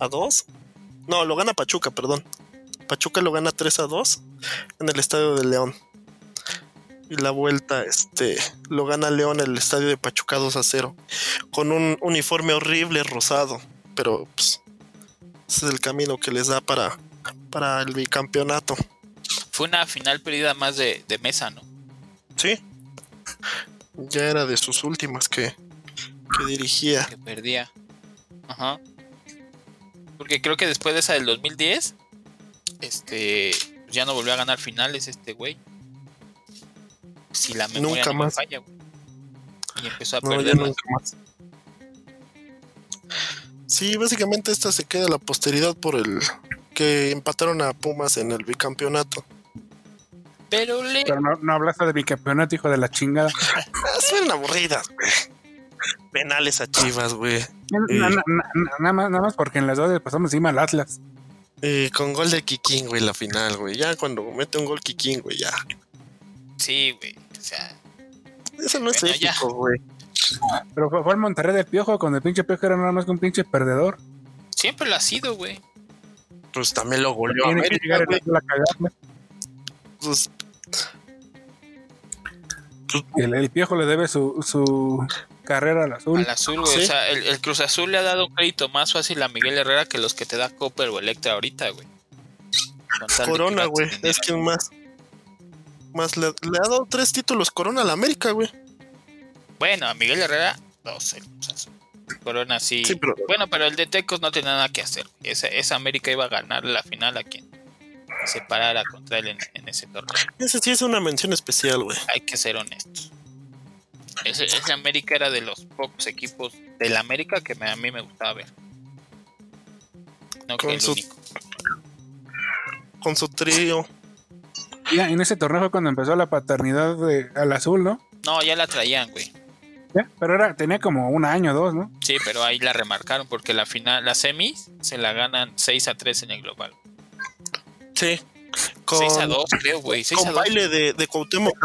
[SPEAKER 3] a 2. No, lo gana Pachuca, perdón. Pachuca lo gana 3 a 2 en el estadio de León. Y la vuelta, este, lo gana León en el estadio de Pachuca 2 a 0. Con un uniforme horrible rosado. Pero pues, ese es el camino que les da para, para el bicampeonato.
[SPEAKER 4] Fue una final perdida más de, de mesa, ¿no?
[SPEAKER 3] Sí. Ya era de sus últimas que, que dirigía.
[SPEAKER 4] Que perdía. Ajá. Porque creo que después de esa del 2010, este, ya no volvió a ganar finales este güey. Si la memoria
[SPEAKER 3] Nunca
[SPEAKER 4] no me
[SPEAKER 3] más.
[SPEAKER 4] falla, güey. Y empezó a
[SPEAKER 3] No, ya
[SPEAKER 4] perder más.
[SPEAKER 3] nunca más. Sí, básicamente esta se queda a la posteridad por el que empataron a Pumas en el bicampeonato.
[SPEAKER 4] Pero le
[SPEAKER 2] Pero no, no hablaste de bicampeonato, hijo de la chingada.
[SPEAKER 3] Ah, suenan aburridas, güey. Penales a Chivas, güey. Sí.
[SPEAKER 2] Na- na- na- na- Nada más, nada más porque en las dos le pasamos encima al Atlas.
[SPEAKER 3] Y Eh, con gol de Kikín, güey, la final, güey. Ya cuando mete un gol Kikín, güey, ya.
[SPEAKER 4] Sí, güey. O sea,
[SPEAKER 3] Eso no es
[SPEAKER 4] Bueno, ya.
[SPEAKER 3] épico, güey.
[SPEAKER 2] Pero fue, fue al Monterrey del Piojo, cuando el pinche Piojo era nada más que un pinche perdedor.
[SPEAKER 4] siempre lo ha sido, güey.
[SPEAKER 3] Pues también lo goleó a
[SPEAKER 2] Tiene que llegar el
[SPEAKER 3] América, güey.
[SPEAKER 2] Atlas a cagarle.
[SPEAKER 3] Pues,
[SPEAKER 2] El, el Piojo le debe su, su carrera al azul.
[SPEAKER 4] Al azul, güey.
[SPEAKER 3] Sí.
[SPEAKER 4] O sea, el, el Cruz Azul le ha dado un crédito más fácil a Miguel Herrera que los que te da Copper o Electra ahorita, güey. Con tal de
[SPEAKER 3] Corona,
[SPEAKER 4] que
[SPEAKER 3] güey.
[SPEAKER 4] gasten
[SPEAKER 3] Es
[SPEAKER 4] dinero.
[SPEAKER 3] quien más. Más le, le ha dado tres títulos Corona a la América, güey.
[SPEAKER 4] Bueno, a Miguel Herrera, dos. el Cruz Azul. Corona sí.
[SPEAKER 3] Sí, pero
[SPEAKER 4] Bueno, pero el de Tecos no tenía nada que hacer. güey. Esa, esa América iba a ganar la final a quien se parara contra él en, en ese torneo.
[SPEAKER 3] ese sí es una mención especial, güey.
[SPEAKER 4] Hay que ser honestos. Ese, ese América era de los pocos equipos del América que me- a mí me gustaba ver. No que
[SPEAKER 3] Con
[SPEAKER 4] el
[SPEAKER 3] su-
[SPEAKER 4] único.
[SPEAKER 3] Con su trío.
[SPEAKER 2] Ya, en ese torneo fue cuando empezó la paternidad de, al azul, ¿no?
[SPEAKER 4] No, ya la traían, güey.
[SPEAKER 2] Ya, Pero era, tenía como un año o dos, ¿no?
[SPEAKER 4] Sí, pero ahí la remarcaron porque la final, la semis se la ganan 6 a 3 en el global.
[SPEAKER 3] Sí. Con,
[SPEAKER 4] 6 a 2, creo, güey. 6 a
[SPEAKER 3] con
[SPEAKER 4] 2.
[SPEAKER 3] baile de, de Cuauhtémoc.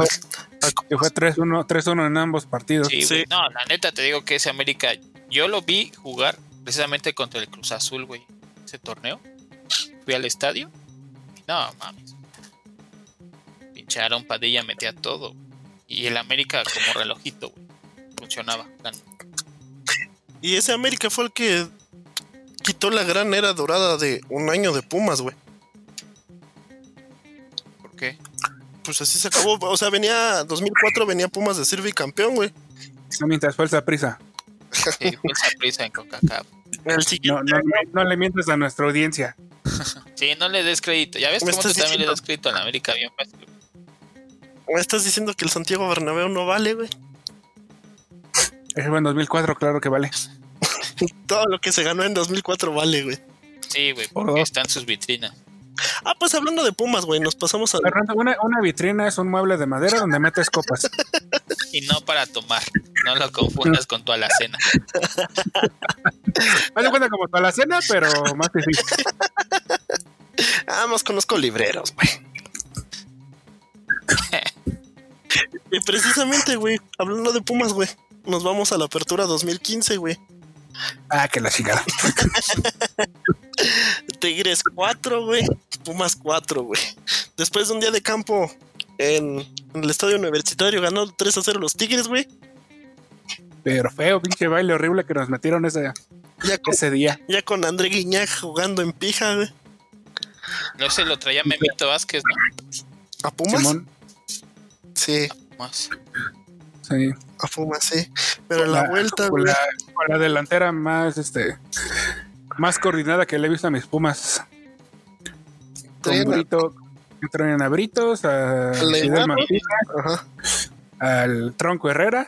[SPEAKER 2] Que fue 3-1 3-1 en ambos partidos.
[SPEAKER 4] Sí,
[SPEAKER 3] Sí.
[SPEAKER 4] güey. No, la neta te digo que ese América, yo lo vi jugar precisamente contra el Cruz Azul, güey. Ese torneo. Fui al estadio. y no, mames. Pincharon, Padilla metía todo. Y el América como relojito, güey. Funcionaba. ganó.
[SPEAKER 3] Y ese América fue el que quitó la gran era dorada de un año de Pumas, güey.
[SPEAKER 4] ¿Por qué?
[SPEAKER 3] Pues así se acabó. O sea, venía 2004, venía Pumas de ser bicampeón, güey.
[SPEAKER 2] Mientras fue el prisa.
[SPEAKER 4] Sí, fue esa prisa en CONCACAF.
[SPEAKER 3] El
[SPEAKER 2] No,
[SPEAKER 3] siguiente.
[SPEAKER 2] no, no- no le mientas a nuestra audiencia.
[SPEAKER 4] Sí, no le des crédito. Ya ves
[SPEAKER 3] Me
[SPEAKER 4] cómo tú
[SPEAKER 3] estás
[SPEAKER 4] también le
[SPEAKER 3] diciendo-
[SPEAKER 4] das crédito al América bien fácil. güey.
[SPEAKER 3] ¿Me estás diciendo que el Santiago Bernabéu no vale, güey?
[SPEAKER 2] Ese fue en 2004, claro que vale.
[SPEAKER 3] Todo lo que se ganó en 2004 vale, güey.
[SPEAKER 4] Sí, güey,
[SPEAKER 2] Por
[SPEAKER 4] porque
[SPEAKER 2] dos.
[SPEAKER 4] están sus vitrinas.
[SPEAKER 3] Ah, pues hablando de Pumas, güey, nos pasamos a...
[SPEAKER 2] Fernando, una, una vitrina es un mueble de madera donde metes copas.
[SPEAKER 4] Y no para tomar. No lo confundas con tu alacena.
[SPEAKER 2] Haz de cuenta como para la cena, pero más difícil.
[SPEAKER 3] Ah, más conozco libreros, güey. Y precisamente, güey, hablando de Pumas, güey, nos vamos a la apertura 2015, güey.
[SPEAKER 2] Ah, que la chingada.
[SPEAKER 3] Tigres 4, güey. Pumas 4, güey. Después de un día de campo en, en el estadio universitario, ganó 3 a 0 los Tigres, güey.
[SPEAKER 2] Pero feo, pinche baile horrible que nos metieron ese,
[SPEAKER 3] Ya con,
[SPEAKER 2] ese día.
[SPEAKER 3] ya con André Guiñac jugando en pija, güey.
[SPEAKER 4] No se lo traía Memito Vázquez, ¿no?
[SPEAKER 3] ¿A Pumas?
[SPEAKER 2] Simón.
[SPEAKER 3] Sí,
[SPEAKER 4] Más.
[SPEAKER 2] Sí.
[SPEAKER 3] a Pumas, sí. Pero la,
[SPEAKER 2] La-
[SPEAKER 3] vuelta,
[SPEAKER 2] Con
[SPEAKER 3] güey.
[SPEAKER 2] la, con la delantera más este más coordinada que le he visto a mis pumas. Con
[SPEAKER 3] traían al-
[SPEAKER 2] Brito, traen a Britos, a Fidel
[SPEAKER 3] Leonardo.
[SPEAKER 2] Martínez,
[SPEAKER 3] Ajá.
[SPEAKER 2] al Tronco Herrera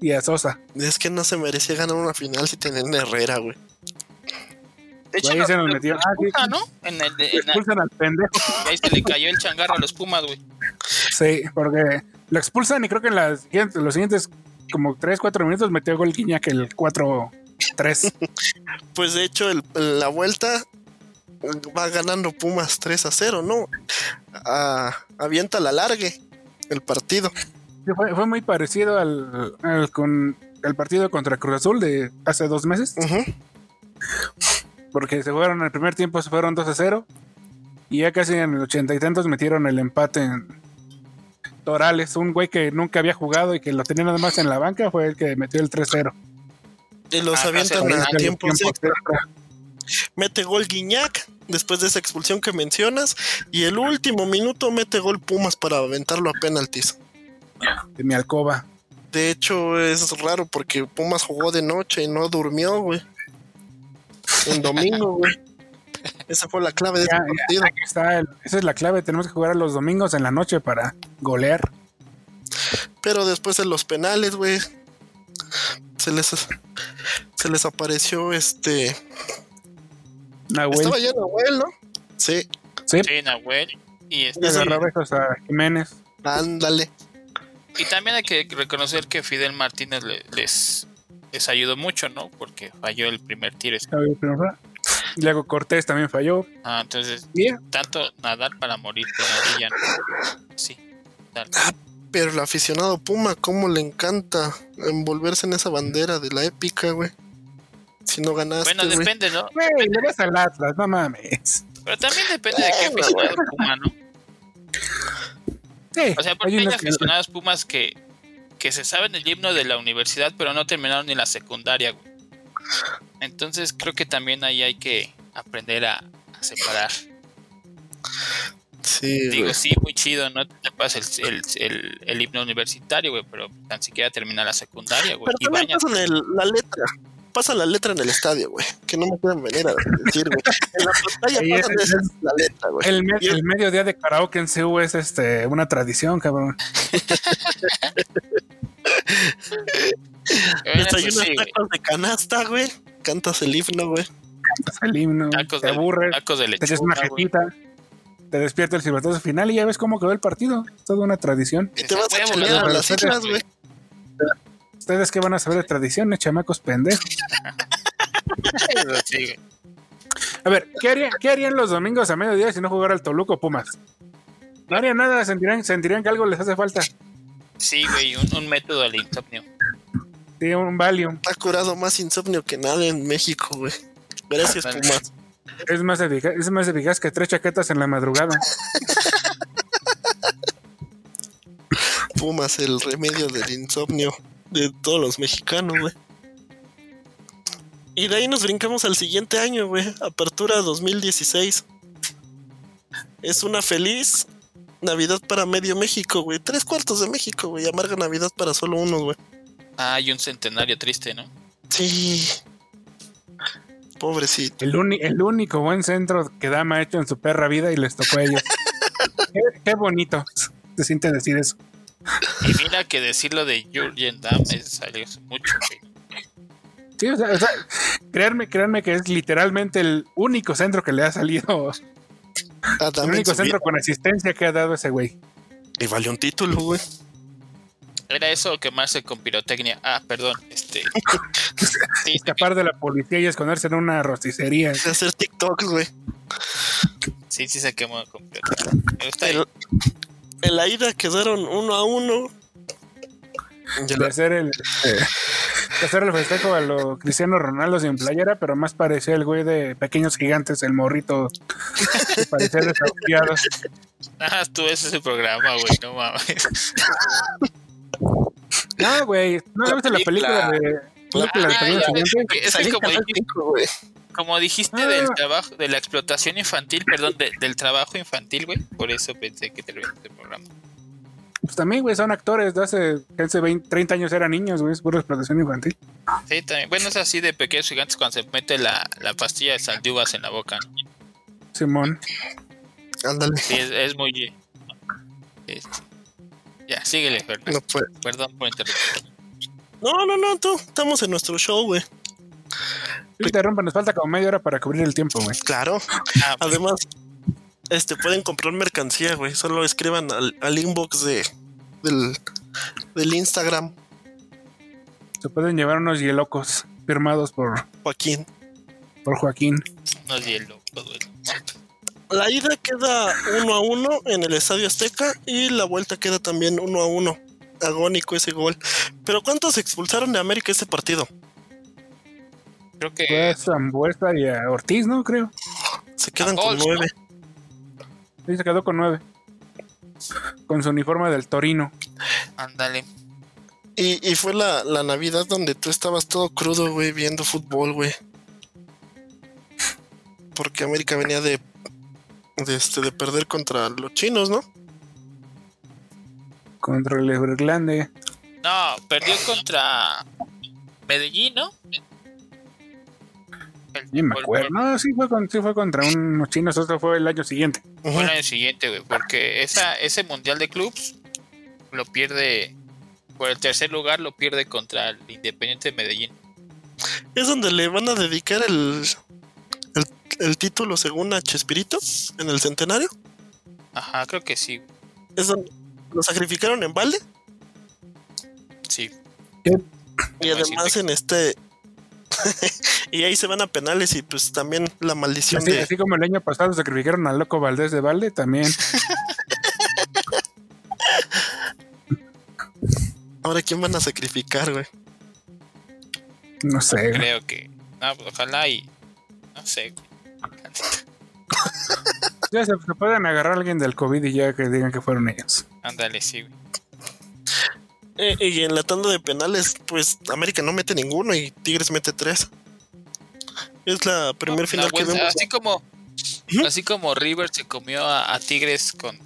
[SPEAKER 2] y a Sosa.
[SPEAKER 3] Es que no se merecía ganar una final si tenían a Herrera, güey.
[SPEAKER 4] De
[SPEAKER 2] Ahí se nos metió. Ah, sí. Pues,
[SPEAKER 4] expulsan, ¿no? En el de- en-
[SPEAKER 2] Expulsan al pendejo.
[SPEAKER 4] ahí se le cayó el changarro a los Pumas, güey.
[SPEAKER 2] Sí, porque lo expulsan y creo que en las siguientes- los siguientes como 3, 4 minutos metió gol Guiñac el 4, 3.
[SPEAKER 3] Pues de hecho, el- la vuelta va ganando Pumas 3 a 0, ¿no? Ah, avienta la largue el partido.
[SPEAKER 2] fue, fue muy parecido al, al con el partido contra Cruz Azul de hace dos meses,
[SPEAKER 3] Ujú.
[SPEAKER 2] porque se fueron al primer tiempo, se fueron 2 a 0 y ya casi en el ochenta y tantos metieron el empate en Torales, un güey que nunca había jugado y que lo tenía nada más en la banca, fue el que metió el 3 0.
[SPEAKER 3] Y los
[SPEAKER 4] Ah,
[SPEAKER 3] avientan
[SPEAKER 4] no,
[SPEAKER 3] a
[SPEAKER 4] sí,
[SPEAKER 3] tiempo extra. mete gol Guiñac después de esa expulsión que mencionas y el último minuto mete gol Pumas para aventarlo a penaltis.
[SPEAKER 2] De mi alcoba.
[SPEAKER 3] De hecho es raro porque Pumas jugó de noche y no durmió, güey. En domingo, güey. Esa fue la clave de
[SPEAKER 2] Ya,
[SPEAKER 3] ese
[SPEAKER 2] ya,
[SPEAKER 3] partido.
[SPEAKER 2] aquí está el- esa es la clave. Tenemos que jugar los domingos en la noche para golear.
[SPEAKER 3] Pero después en los penales, güey. Se les, se les apareció este.
[SPEAKER 2] Nahuel
[SPEAKER 3] Estaba ya Nahuel, ¿no? Sí,
[SPEAKER 2] sí,
[SPEAKER 4] Sí, Nahuel. Y, este-
[SPEAKER 2] le agarraba esos a Jiménez.
[SPEAKER 3] ándale.
[SPEAKER 4] y también hay que reconocer que Fidel Martínez le- les, les ayudó mucho, ¿no? Porque falló el primer tiro.
[SPEAKER 2] Javier Pinurra. Y Luego Cortés también falló.
[SPEAKER 4] Ah, entonces,
[SPEAKER 2] Bien.
[SPEAKER 4] tanto nadar para morir con la orilla, ¿no? Sí. tal.
[SPEAKER 3] Pero el aficionado Puma, cómo le encanta envolverse en esa bandera de la épica, güey. Si no ganaste,
[SPEAKER 4] Bueno,
[SPEAKER 3] güey.
[SPEAKER 4] depende, ¿no?
[SPEAKER 2] Güey, le vas al Atlas, no mames.
[SPEAKER 4] Pero también depende de qué
[SPEAKER 2] Ah,
[SPEAKER 3] Bueno,
[SPEAKER 4] aficionado Puma, ¿no?
[SPEAKER 2] Sí,
[SPEAKER 4] O sea, porque
[SPEAKER 2] hay
[SPEAKER 4] hay
[SPEAKER 2] unos que-
[SPEAKER 4] aficionados Pumas que, que se saben el himno de la universidad, pero no terminaron ni la secundaria, güey. Entonces creo que también ahí hay que aprender a, a separar.
[SPEAKER 3] Sí,
[SPEAKER 4] Digo,
[SPEAKER 3] güey.
[SPEAKER 4] sí, muy chido, no te pasa el, el, el- el himno universitario, güey, pero tan siquiera termina la secundaria, güey.
[SPEAKER 3] Pero
[SPEAKER 4] Y
[SPEAKER 3] también
[SPEAKER 4] baña-
[SPEAKER 3] pasan el- la letra. Pasa la letra en el estadio, güey. Que no me pueden venir a decir, güey. En la
[SPEAKER 2] Ahí
[SPEAKER 3] pantalla pasan
[SPEAKER 2] es-
[SPEAKER 3] esa- la letra, güey.
[SPEAKER 2] El, me-
[SPEAKER 3] pues, Y-
[SPEAKER 2] el mediodía de karaoke en CU es este, una tradición, cabrón.
[SPEAKER 4] Bueno,
[SPEAKER 3] Desayunas
[SPEAKER 4] pues sí, güey,
[SPEAKER 3] tacos de canasta, güey. Cantas el himno, güey.
[SPEAKER 2] Cantas el himno,
[SPEAKER 4] Tacos
[SPEAKER 2] te
[SPEAKER 4] de,
[SPEAKER 2] aburres,
[SPEAKER 4] tacos de
[SPEAKER 2] te echas una
[SPEAKER 4] lechuga, güey.
[SPEAKER 2] jetita, te despierta el silbatazo final y ya ves cómo quedó el partido. Es toda una tradición.
[SPEAKER 3] Y
[SPEAKER 4] Esa
[SPEAKER 3] te vas a
[SPEAKER 4] huevo,
[SPEAKER 3] chelear a
[SPEAKER 2] ¿no?
[SPEAKER 3] las islas, güey.
[SPEAKER 2] ¿Ustedes qué van a saber de tradiciones, chamacos pendejos?
[SPEAKER 4] Sí, güey.
[SPEAKER 2] A ver, ¿qué harían, qué harían los domingos a mediodía si no jugara el Toluca o Pumas? No harían nada, sentirían, sentirían que algo les hace falta.
[SPEAKER 4] Sí, güey, un, un método al insomnio.
[SPEAKER 2] Sí, un Valium.
[SPEAKER 3] Ha curado más insomnio que nada en México, güey. Gracias,
[SPEAKER 4] Ándale.
[SPEAKER 3] Pumas.
[SPEAKER 2] Es más, eficaz, es más eficaz que tres chaquetas en la madrugada.
[SPEAKER 3] Pumas, el remedio del insomnio de todos los mexicanos, güey. Y de ahí nos brincamos al siguiente año, güey. Apertura 2016. Es una feliz Navidad para medio México, güey. Tres cuartos de México, güey. Amarga Navidad para solo uno, güey.
[SPEAKER 4] Ah, y un centenario triste, ¿no?
[SPEAKER 3] Sí. Pobrecito.
[SPEAKER 2] El, uni- el único buen centro que Dama ha hecho en su perra vida y les tocó a ellos. qué, qué bonito se siente decir eso.
[SPEAKER 4] Y mira que decirlo de Jürgen Damm es salió mucho, güey.
[SPEAKER 2] Sí, o sea, o sea, créanme, créanme que es literalmente el único centro que le ha salido. el
[SPEAKER 3] Adam en
[SPEAKER 2] único
[SPEAKER 3] su vida.
[SPEAKER 2] centro con asistencia que ha dado ese güey.
[SPEAKER 3] Le valió un título, güey.
[SPEAKER 4] Era eso o quemarse con pirotecnia. Ah, perdón, este. Sí,
[SPEAKER 2] Escapar de la policía y esconderse en una rosticería.
[SPEAKER 3] De hacer TikToks, güey.
[SPEAKER 4] sí, sí se quemó con pirotecnia. Pero está ahí.
[SPEAKER 3] El- En la ida quedaron uno a uno. Y en
[SPEAKER 2] De
[SPEAKER 3] la-
[SPEAKER 2] hacer el, eh, de hacer el festejo a lo Cristiano Ronaldo sin playera, pero más parecía el güey de Pequeños Gigantes, el morrito. que Parecía desahuciado.
[SPEAKER 4] Ah, tú ves ese programa, güey, no mames.
[SPEAKER 2] No, güey. No
[SPEAKER 3] La
[SPEAKER 2] viste la película de. ¿no viste la
[SPEAKER 4] Ah,
[SPEAKER 2] película
[SPEAKER 4] ya,
[SPEAKER 2] siguiente?
[SPEAKER 4] Es que
[SPEAKER 3] salí
[SPEAKER 4] como
[SPEAKER 3] Canal
[SPEAKER 4] dijiste,
[SPEAKER 3] cinco, güey.
[SPEAKER 4] como dijiste
[SPEAKER 2] Ah.
[SPEAKER 4] del trabajo, de la explotación infantil, perdón, de- del trabajo infantil, güey, por eso pensé que te lo el programa.
[SPEAKER 2] Pues también, güey, son actores de hace, que hace 20, 30 años eran niños, güey, es pura explotación infantil.
[SPEAKER 4] Sí, también. Bueno, es así de pequeños gigantes cuando se mete la, la pastilla de sal de uvas en la boca, ¿no?
[SPEAKER 2] Simón.
[SPEAKER 3] Ándale.
[SPEAKER 4] Sí, es, es muy. es- Ya, síguele,
[SPEAKER 3] No,
[SPEAKER 4] Fernando.
[SPEAKER 3] puede.
[SPEAKER 4] Perdón por interrumpir.
[SPEAKER 3] no, no, no, tú. Estamos en nuestro show, güey.
[SPEAKER 2] Sí, te rompan, nos falta como media hora para cubrir el tiempo, güey.
[SPEAKER 3] Claro.
[SPEAKER 4] Ah,
[SPEAKER 3] Además, este pueden comprar mercancía, güey. Solo escriban al, al inbox de del, del Instagram,
[SPEAKER 2] Se pueden llevar unos hielocos firmados por,
[SPEAKER 3] Joaquín.
[SPEAKER 2] por Joaquín.
[SPEAKER 4] no es hielo, güey.
[SPEAKER 3] La ida queda uno a uno en el Estadio Azteca y la vuelta queda también uno a uno. Agónico ese gol. Pero ¿cuántos expulsaron de América este partido?
[SPEAKER 4] Creo que.
[SPEAKER 2] Fue a Zambuesa y a Ortiz, ¿no? Creo.
[SPEAKER 3] Se quedan
[SPEAKER 4] A
[SPEAKER 3] con
[SPEAKER 4] Golds,
[SPEAKER 3] nueve.
[SPEAKER 2] Y se quedó con nueve. Con su uniforme del Torino.
[SPEAKER 4] Ándale.
[SPEAKER 3] Y, y fue la, la Navidad donde tú estabas todo crudo, güey, viendo fútbol, güey. porque América venía de, de, este, de perder contra los chinos, ¿no?
[SPEAKER 2] Contra el Everglande.
[SPEAKER 4] No, perdió contra Medellín, ¿no? El-
[SPEAKER 2] Ni me
[SPEAKER 4] por-
[SPEAKER 2] acuerdo. No, sí fue, con- sí fue contra unos chinos. Eso fue el año siguiente.
[SPEAKER 4] por-
[SPEAKER 3] Ujú.
[SPEAKER 4] fue el año siguiente, güey, porque esa, ese mundial de clubs lo pierde por el tercer lugar, lo pierde contra el Independiente de Medellín.
[SPEAKER 3] Es donde le van a dedicar el, el, el título según a Chespirito en el centenario.
[SPEAKER 4] Ajá, creo que sí,
[SPEAKER 3] Es donde lo sacrificaron en balde
[SPEAKER 4] sí.
[SPEAKER 3] y
[SPEAKER 4] Como
[SPEAKER 3] además
[SPEAKER 4] decirte-
[SPEAKER 3] en este. y ahí se van a penales y pues también la maldición
[SPEAKER 2] Así,
[SPEAKER 3] de.
[SPEAKER 2] así como el año pasado sacrificaron al loco Valdés de Valde, también.
[SPEAKER 3] Ahora, ¿quién van a sacrificar, güey?
[SPEAKER 2] No sé. güey.
[SPEAKER 4] creo que. No, pues, ojalá y. No sé, güey.
[SPEAKER 2] Ya se, se pueden agarrar a alguien del COVID y ya que digan que fueron ellos.
[SPEAKER 4] Ándale, sí, güey.
[SPEAKER 3] Eh, y en la tanda de penales, pues América no mete ninguno y Tigres mete tres. Es la primer
[SPEAKER 4] No,
[SPEAKER 3] final
[SPEAKER 4] Ah, la
[SPEAKER 3] que
[SPEAKER 4] vuelta-
[SPEAKER 3] vemos.
[SPEAKER 4] Así como,
[SPEAKER 3] Ujú.
[SPEAKER 4] así como River se comió a, a Tigres con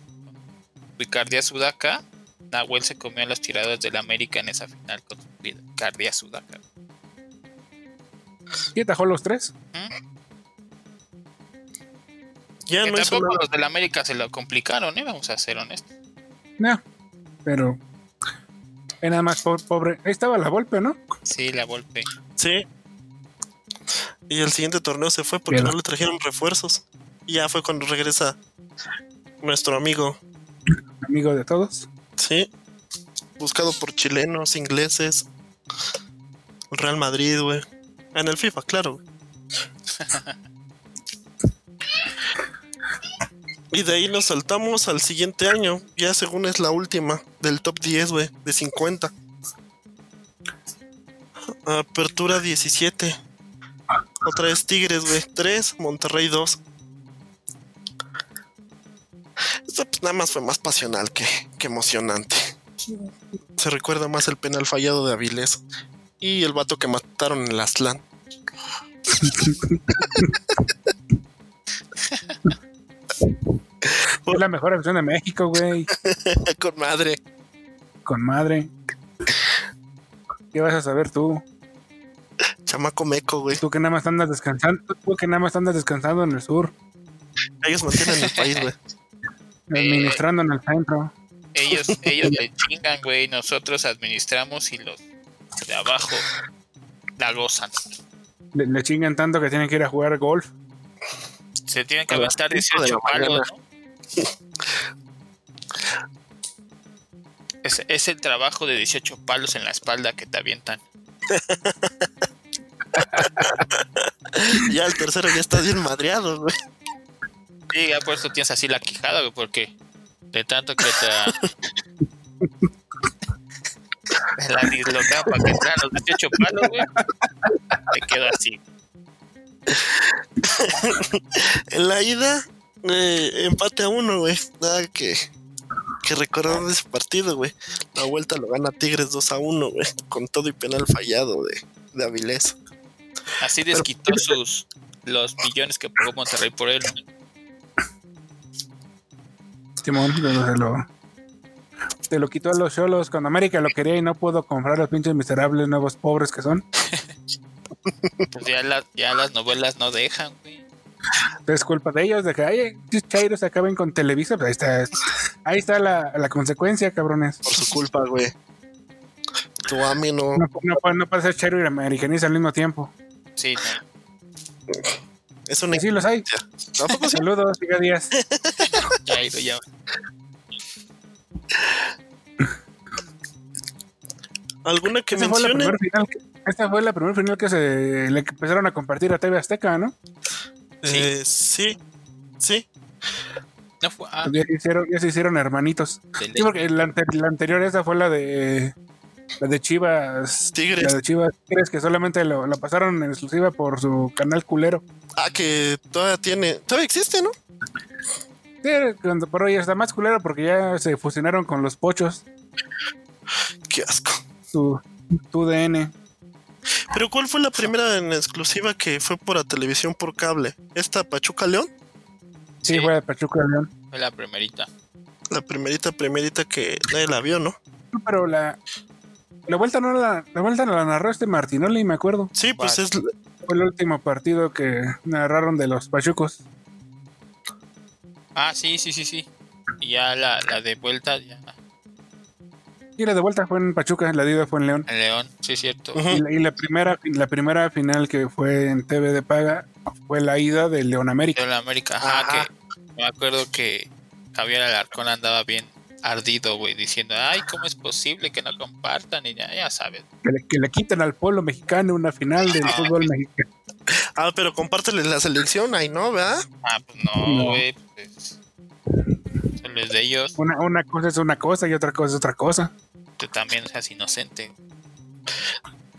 [SPEAKER 4] Picardía Sudaca, Nahuel se comió a los tiradores del América en esa final con Picardía Sudaca.
[SPEAKER 2] ¿Y atajó los tres?
[SPEAKER 3] Ya
[SPEAKER 4] que
[SPEAKER 3] no hizo
[SPEAKER 4] tampoco
[SPEAKER 3] nada.
[SPEAKER 4] los del América se lo complicaron, ¿eh? vamos a ser honestos.
[SPEAKER 2] No. Pero. eh, nada más, po- pobre. Ahí estaba la golpe, ¿no?
[SPEAKER 4] Sí, la golpe.
[SPEAKER 3] Sí. Y el siguiente torneo se fue porque
[SPEAKER 2] Bien.
[SPEAKER 3] no le trajeron refuerzos. Y ya fue cuando regresa nuestro amigo.
[SPEAKER 2] Amigo de todos.
[SPEAKER 3] Sí. Buscado por chilenos, ingleses. Real Madrid, güey. En el FIFA, claro. güey. y de ahí nos saltamos al siguiente año. Ya según es la última del top 10, güey. De 50. Apertura 17. Otra vez Tigres, güey. 3, Monterrey 2. Esto pues, nada más fue más pasional que, que emocionante. Se recuerda más el penal fallado de Avilés y el vato que mataron en las LAN.
[SPEAKER 2] Es la mejor opción de México, güey.
[SPEAKER 3] Con madre.
[SPEAKER 2] Con madre. ¿Qué vas a saber tú?
[SPEAKER 3] Chamaco meco, güey.
[SPEAKER 2] Tú que nada más andas descansando. Tú que nada más andas descansando en el sur.
[SPEAKER 3] Ellos mantienen el país, güey.
[SPEAKER 2] Administrando en el centro.
[SPEAKER 4] Ellos, ellos le chingan, güey. Nosotros administramos y los de abajo la gozan.
[SPEAKER 2] Le, le chingan tanto que tienen que ir a jugar golf.
[SPEAKER 4] Se tienen que
[SPEAKER 3] A las
[SPEAKER 4] aventar
[SPEAKER 3] cinco de la
[SPEAKER 4] 18 palos,
[SPEAKER 3] mañana.
[SPEAKER 4] ¿no? Es, es el trabajo de 18 palos en la espalda que te avientan.
[SPEAKER 3] Ya el tercero ya está bien madreado, güey.
[SPEAKER 4] Y ya por eso tienes así la quijada, güey, porque de tanto que te. te la dislocan para que entran los 18 palos, güey. Te quedo así.
[SPEAKER 3] En la ida, eh, empate a uno, güey. Nada que, que recordar de ese partido, güey. La vuelta lo gana Tigres 2 a 1, güey. Con todo y penal fallado de, de Avilés.
[SPEAKER 4] Así desquitó sus. Los millones que pagó Monterrey por él. ¿no?
[SPEAKER 2] Simón, pero se lo, se lo quitó a los cholos cuando América lo quería y no pudo comprar los pinches miserables nuevos pobres que son.
[SPEAKER 4] Pues ya, la- ya las novelas no dejan, güey.
[SPEAKER 2] Entonces, es culpa de ellos, de que, ay, estos chairos acaben con Televisa, pues ahí está, ahí está la, la consecuencia, cabrones.
[SPEAKER 3] Por su culpa, güey. Tu ami no.
[SPEAKER 2] No, no, puede- no puede ser chairo y americanista al mismo tiempo.
[SPEAKER 4] Sí, no.
[SPEAKER 3] Es una.
[SPEAKER 2] Y sí los hay.
[SPEAKER 3] ¿A poco sí?
[SPEAKER 2] Saludos, Siga Díaz.
[SPEAKER 4] Chairo, ya.
[SPEAKER 3] ¿Alguna que
[SPEAKER 2] Esa fue la
[SPEAKER 3] mencione?
[SPEAKER 2] primera final. que- Esta fue la primera final que se le empezaron a compartir a TV Azteca, ¿no?
[SPEAKER 4] Sí.
[SPEAKER 3] Eh, sí. Sí.
[SPEAKER 4] No fue. Ah,
[SPEAKER 2] Ya se hicieron, ya se hicieron hermanitos.
[SPEAKER 4] de ley.
[SPEAKER 2] Sí, porque la, ante- la anterior esa fue la de la de Chivas.
[SPEAKER 3] Tigres.
[SPEAKER 2] La de Chivas Tigres que solamente lo, la pasaron en exclusiva por su canal culero.
[SPEAKER 3] Ah, que todavía tiene. Todavía existe, ¿no?
[SPEAKER 2] Sí, cuando- pero ya está más culero porque ya se fusionaron con los pochos,
[SPEAKER 3] Qué asco.
[SPEAKER 2] su, tu DN.
[SPEAKER 3] Pero ¿cuál fue la primera en exclusiva que fue por la televisión por cable? ¿Esta Pachuca León?
[SPEAKER 2] Sí,
[SPEAKER 4] Sí.
[SPEAKER 2] fue de Pachuca León.
[SPEAKER 4] Fue la primerita.
[SPEAKER 3] La primerita, primerita que nadie la vio, ¿no?
[SPEAKER 2] No, Pero la, la vuelta no la, la vuelta no la narró este Martinoli, me acuerdo.
[SPEAKER 3] Sí, pues
[SPEAKER 4] Vale.
[SPEAKER 3] es la-
[SPEAKER 2] Fue el último partido que narraron de los Pachucos.
[SPEAKER 4] Ah, sí, sí, sí, sí. Y ya la, la de vuelta, ya.
[SPEAKER 2] Y la de vuelta fue en Pachuca, la de ida fue en León.
[SPEAKER 4] En León, sí, es cierto.
[SPEAKER 3] Ujú.
[SPEAKER 2] Y la, y la primera la primera final que fue en TV de paga fue la ida del León América.
[SPEAKER 4] León América. Ajá,
[SPEAKER 3] Ajá.
[SPEAKER 4] que me acuerdo que Javier Alarcón andaba bien ardido, güey, diciendo, ay, ¿cómo es posible que no compartan? Y ya, ya sabes.
[SPEAKER 2] Que le, que le quitan al pueblo mexicano una final del fútbol mexicano.
[SPEAKER 3] Ah, pero compártele la selección, ahí no, ¿verdad?
[SPEAKER 4] Ah, pues no,
[SPEAKER 2] No.
[SPEAKER 4] güey. Pues, solo es de ellos.
[SPEAKER 2] Una, una cosa es una cosa y otra cosa es otra cosa.
[SPEAKER 4] Tú también seas inocente.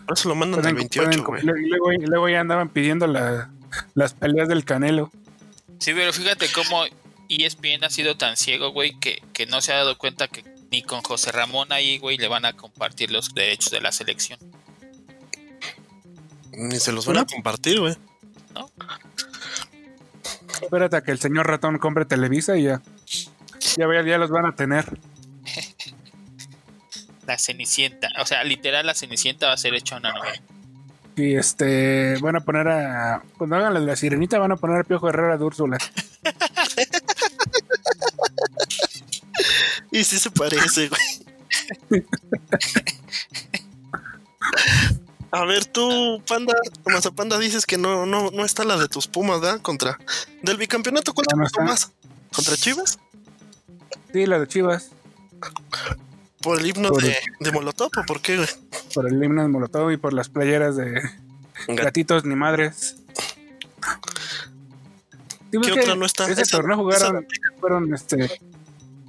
[SPEAKER 3] Ahora se lo mandan al
[SPEAKER 2] Pueden-
[SPEAKER 3] 28, güey.
[SPEAKER 2] pueden- y, luego, y luego ya andaban pidiendo la- las peleas del Canelo.
[SPEAKER 4] Sí, pero fíjate cómo E ESPN ha sido tan ciego, güey, que, que no se ha dado cuenta que ni con José Ramón ahí, güey, le van a compartir los derechos de la selección.
[SPEAKER 3] Ni se los van a compartir, güey.
[SPEAKER 2] Espérate a que el señor ratón compre Televisa y ya. Ya, ve- ya los van a tener.
[SPEAKER 4] La Cenicienta. O sea, literal, la Cenicienta va a ser hecha una novela.
[SPEAKER 2] Y este, van a poner a. Cuando hagan la de la sirenita, van a poner a Piojo Herrera de Úrsula.
[SPEAKER 3] Y sí se parece, güey. A ver, tú, Panda, Mazapanda, dices que no, no, no está la de tus Pumas, ¿verdad? Contra. Del bicampeonato, ¿cuánto
[SPEAKER 2] No, no está.
[SPEAKER 3] más? ¿Contra Chivas?
[SPEAKER 2] Sí, la de Chivas,
[SPEAKER 3] ¿Por el himno
[SPEAKER 2] Por-
[SPEAKER 3] de, de Molotov o por qué, güey?
[SPEAKER 2] por el himno de Molotov y por las playeras de Gatitos ni Madres. Sí, ves
[SPEAKER 3] ¿Qué
[SPEAKER 2] que
[SPEAKER 3] otra no está?
[SPEAKER 2] Ese
[SPEAKER 3] Esa-
[SPEAKER 2] torneo jugaron, fueron este,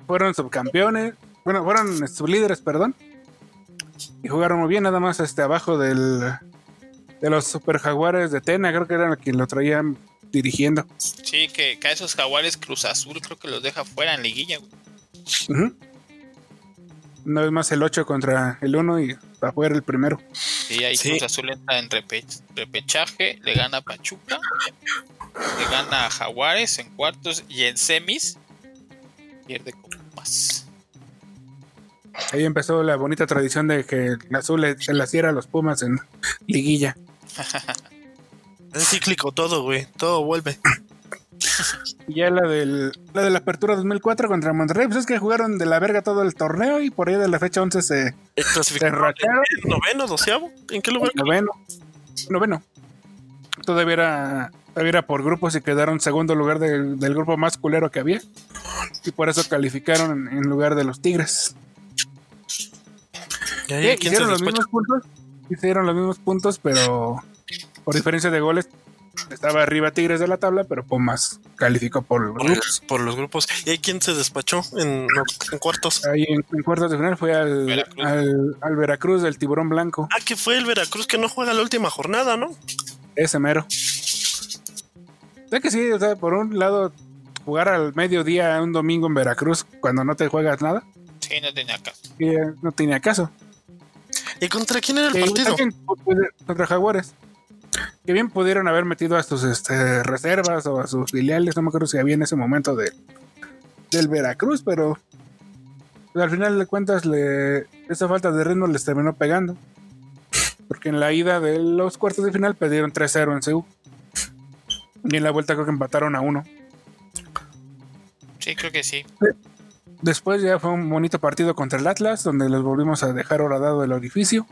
[SPEAKER 2] fueron subcampeones, bueno, fueron sublíderes, perdón. Y jugaron muy bien, nada más este abajo del de los super jaguares de Tena, creo que eran quien lo traían dirigiendo.
[SPEAKER 4] Sí, que, que a esos jaguares Cruz Azul creo que los deja fuera en liguilla, güey.
[SPEAKER 2] Ujú. Una vez más el 8 contra el 1 y para fuera el primero.
[SPEAKER 4] Sí, ahí
[SPEAKER 3] Sí.
[SPEAKER 4] Cruz Azul entra en repe- repechaje, le gana a Pachuca, le gana a Jaguares en cuartos y en semis pierde como más.
[SPEAKER 2] Ahí empezó la bonita tradición de que el azul le- se la hiciera a los Pumas en liguilla.
[SPEAKER 3] Es cíclico todo, güey. Todo vuelve.
[SPEAKER 2] Y ya la del la de la apertura 2004 contra Monterrey, pues es que jugaron de la verga todo el torneo y por ahí de la fecha 11 se,
[SPEAKER 3] El
[SPEAKER 2] se
[SPEAKER 3] clasificador.
[SPEAKER 2] racharon.
[SPEAKER 3] ¿El noveno, doceavo? ¿En qué lugar?
[SPEAKER 2] Noveno. Noveno. Todavía era, todavía era por grupos y quedaron segundo lugar del, del grupo más culero que había. Y por eso calificaron en, en lugar de los Tigres.
[SPEAKER 3] Ya,
[SPEAKER 2] Eh,
[SPEAKER 3] ya, ¿quién se
[SPEAKER 2] hicieron los
[SPEAKER 3] despacha?
[SPEAKER 2] mismos puntos. Hicieron los mismos puntos, pero por diferencia de goles estaba arriba Tigres de la tabla, pero Pumas calificó por los
[SPEAKER 3] Por,
[SPEAKER 2] grupos.
[SPEAKER 3] por los grupos. ¿Y hay quien se despachó en, en cuartos?
[SPEAKER 2] Ahí en, en cuartos de final fue al
[SPEAKER 4] Veracruz.
[SPEAKER 2] Veracruz. Al, al Veracruz del Tiburón Blanco,
[SPEAKER 3] Ah, que fue el Veracruz que no juega la última jornada, ¿no?
[SPEAKER 2] ese mero. Sé que sí, o sea, por un lado, jugar al mediodía un domingo en Veracruz cuando no te juegas nada,
[SPEAKER 4] Sí, no tenía caso.
[SPEAKER 2] eh, no tenía caso.
[SPEAKER 3] ¿Y contra quién era el
[SPEAKER 2] Que
[SPEAKER 3] partido?
[SPEAKER 2] bien pudi- contra Jaguares. Que bien pudieron haber metido a sus este, reservas o a sus filiales, no me acuerdo si había en ese momento de, del Veracruz, pero al final de cuentas le, esa falta de ritmo les terminó pegando. Porque en la ida de los cuartos de final perdieron 3-0 en Seúl. Y en la vuelta creo que empataron a 1.
[SPEAKER 4] Sí, creo que sí.
[SPEAKER 2] Después ya fue un bonito partido contra el Atlas, donde los volvimos a dejar horadado el orificio.